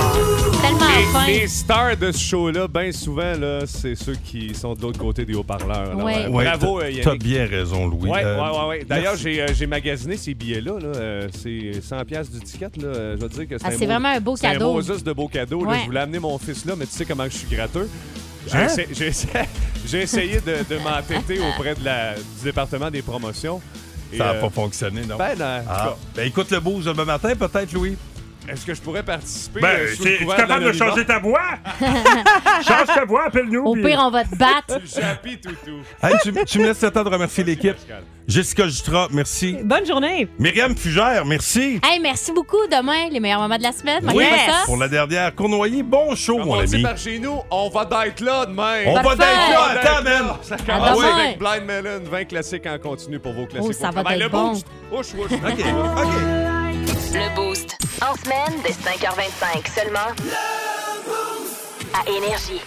G: Tellement fin.
S: Les stars de ce show-là, bien souvent, là, c'est ceux qui sont de l'autre côté des haut-parleurs. Alors,
G: Ouais.
S: euh,
A: Ouais,
S: Bravo,
A: t'as-
S: euh, Yannick.
A: T'as bien raison, Louis.
S: Oui, ouais,
A: Euh,
S: ouais, ouais. D'ailleurs,
A: merci.
S: j'ai, euh, j'ai magasiné ces billets-là. là. Euh, c'est 100 pièces du ticket. Là. Euh, Je vais te dire que c'est,
G: Ah, c'est
S: Mo-
G: vraiment un beau
S: c'est
G: cadeau.
S: Moses de beau cadeau. là.
G: Ouais.
S: Je voulais amener mon fils là, mais tu sais comment je suis gratteux. J'ai,
L: Hein?
S: essa- j'ai essa- j'ai essayé de, de m'entêter auprès de la, du département des promotions. Et,
A: Ça n'a
S: euh,
A: pas fonctionné, non?
S: ben, non, en tout
A: Ah.
S: cas.
A: Ben, écoute le bouge demain matin, peut-être, Louis.
S: Est-ce que je pourrais participer?
A: Ben,
S: euh, sous
A: c'est-
S: le couvert
A: tu es capable de
S: l'anonymat?
A: changer ta voix?
G: Change
A: ta voix, appelle-nous.
G: Au
L: euh,
G: pire, on va te battre.
S: Chapi, toutou.
A: Hey, tu, tu me laisses le temps de remercier l'équipe. Jessica Jutra, merci.
T: Bonne journée.
A: Myriam Fugère, merci.
G: Hey, merci beaucoup. Demain, les meilleurs moments de la semaine.
A: Oui,
G: Manquez pas ça.
A: pour la dernière. Cournoyer, bon show, mon
S: On
A: ami.
S: dit par chez nous, on va d'être là demain.
A: On va
G: Parfait.
A: d'être là,
S: On va
A: attends,
S: d'être là.
A: man. Ah
S: Ça
G: À
S: commence
G: demain.
S: Ah avec Blind Melon, 20 classiques en continu pour vos classiques.
G: Oh, ça
S: au
G: va
S: travail. Le
G: d'être bon.
S: boost. Ouch, ouch.
C: Le Boost. En semaine, dès 5h25 seulement. À Énergie.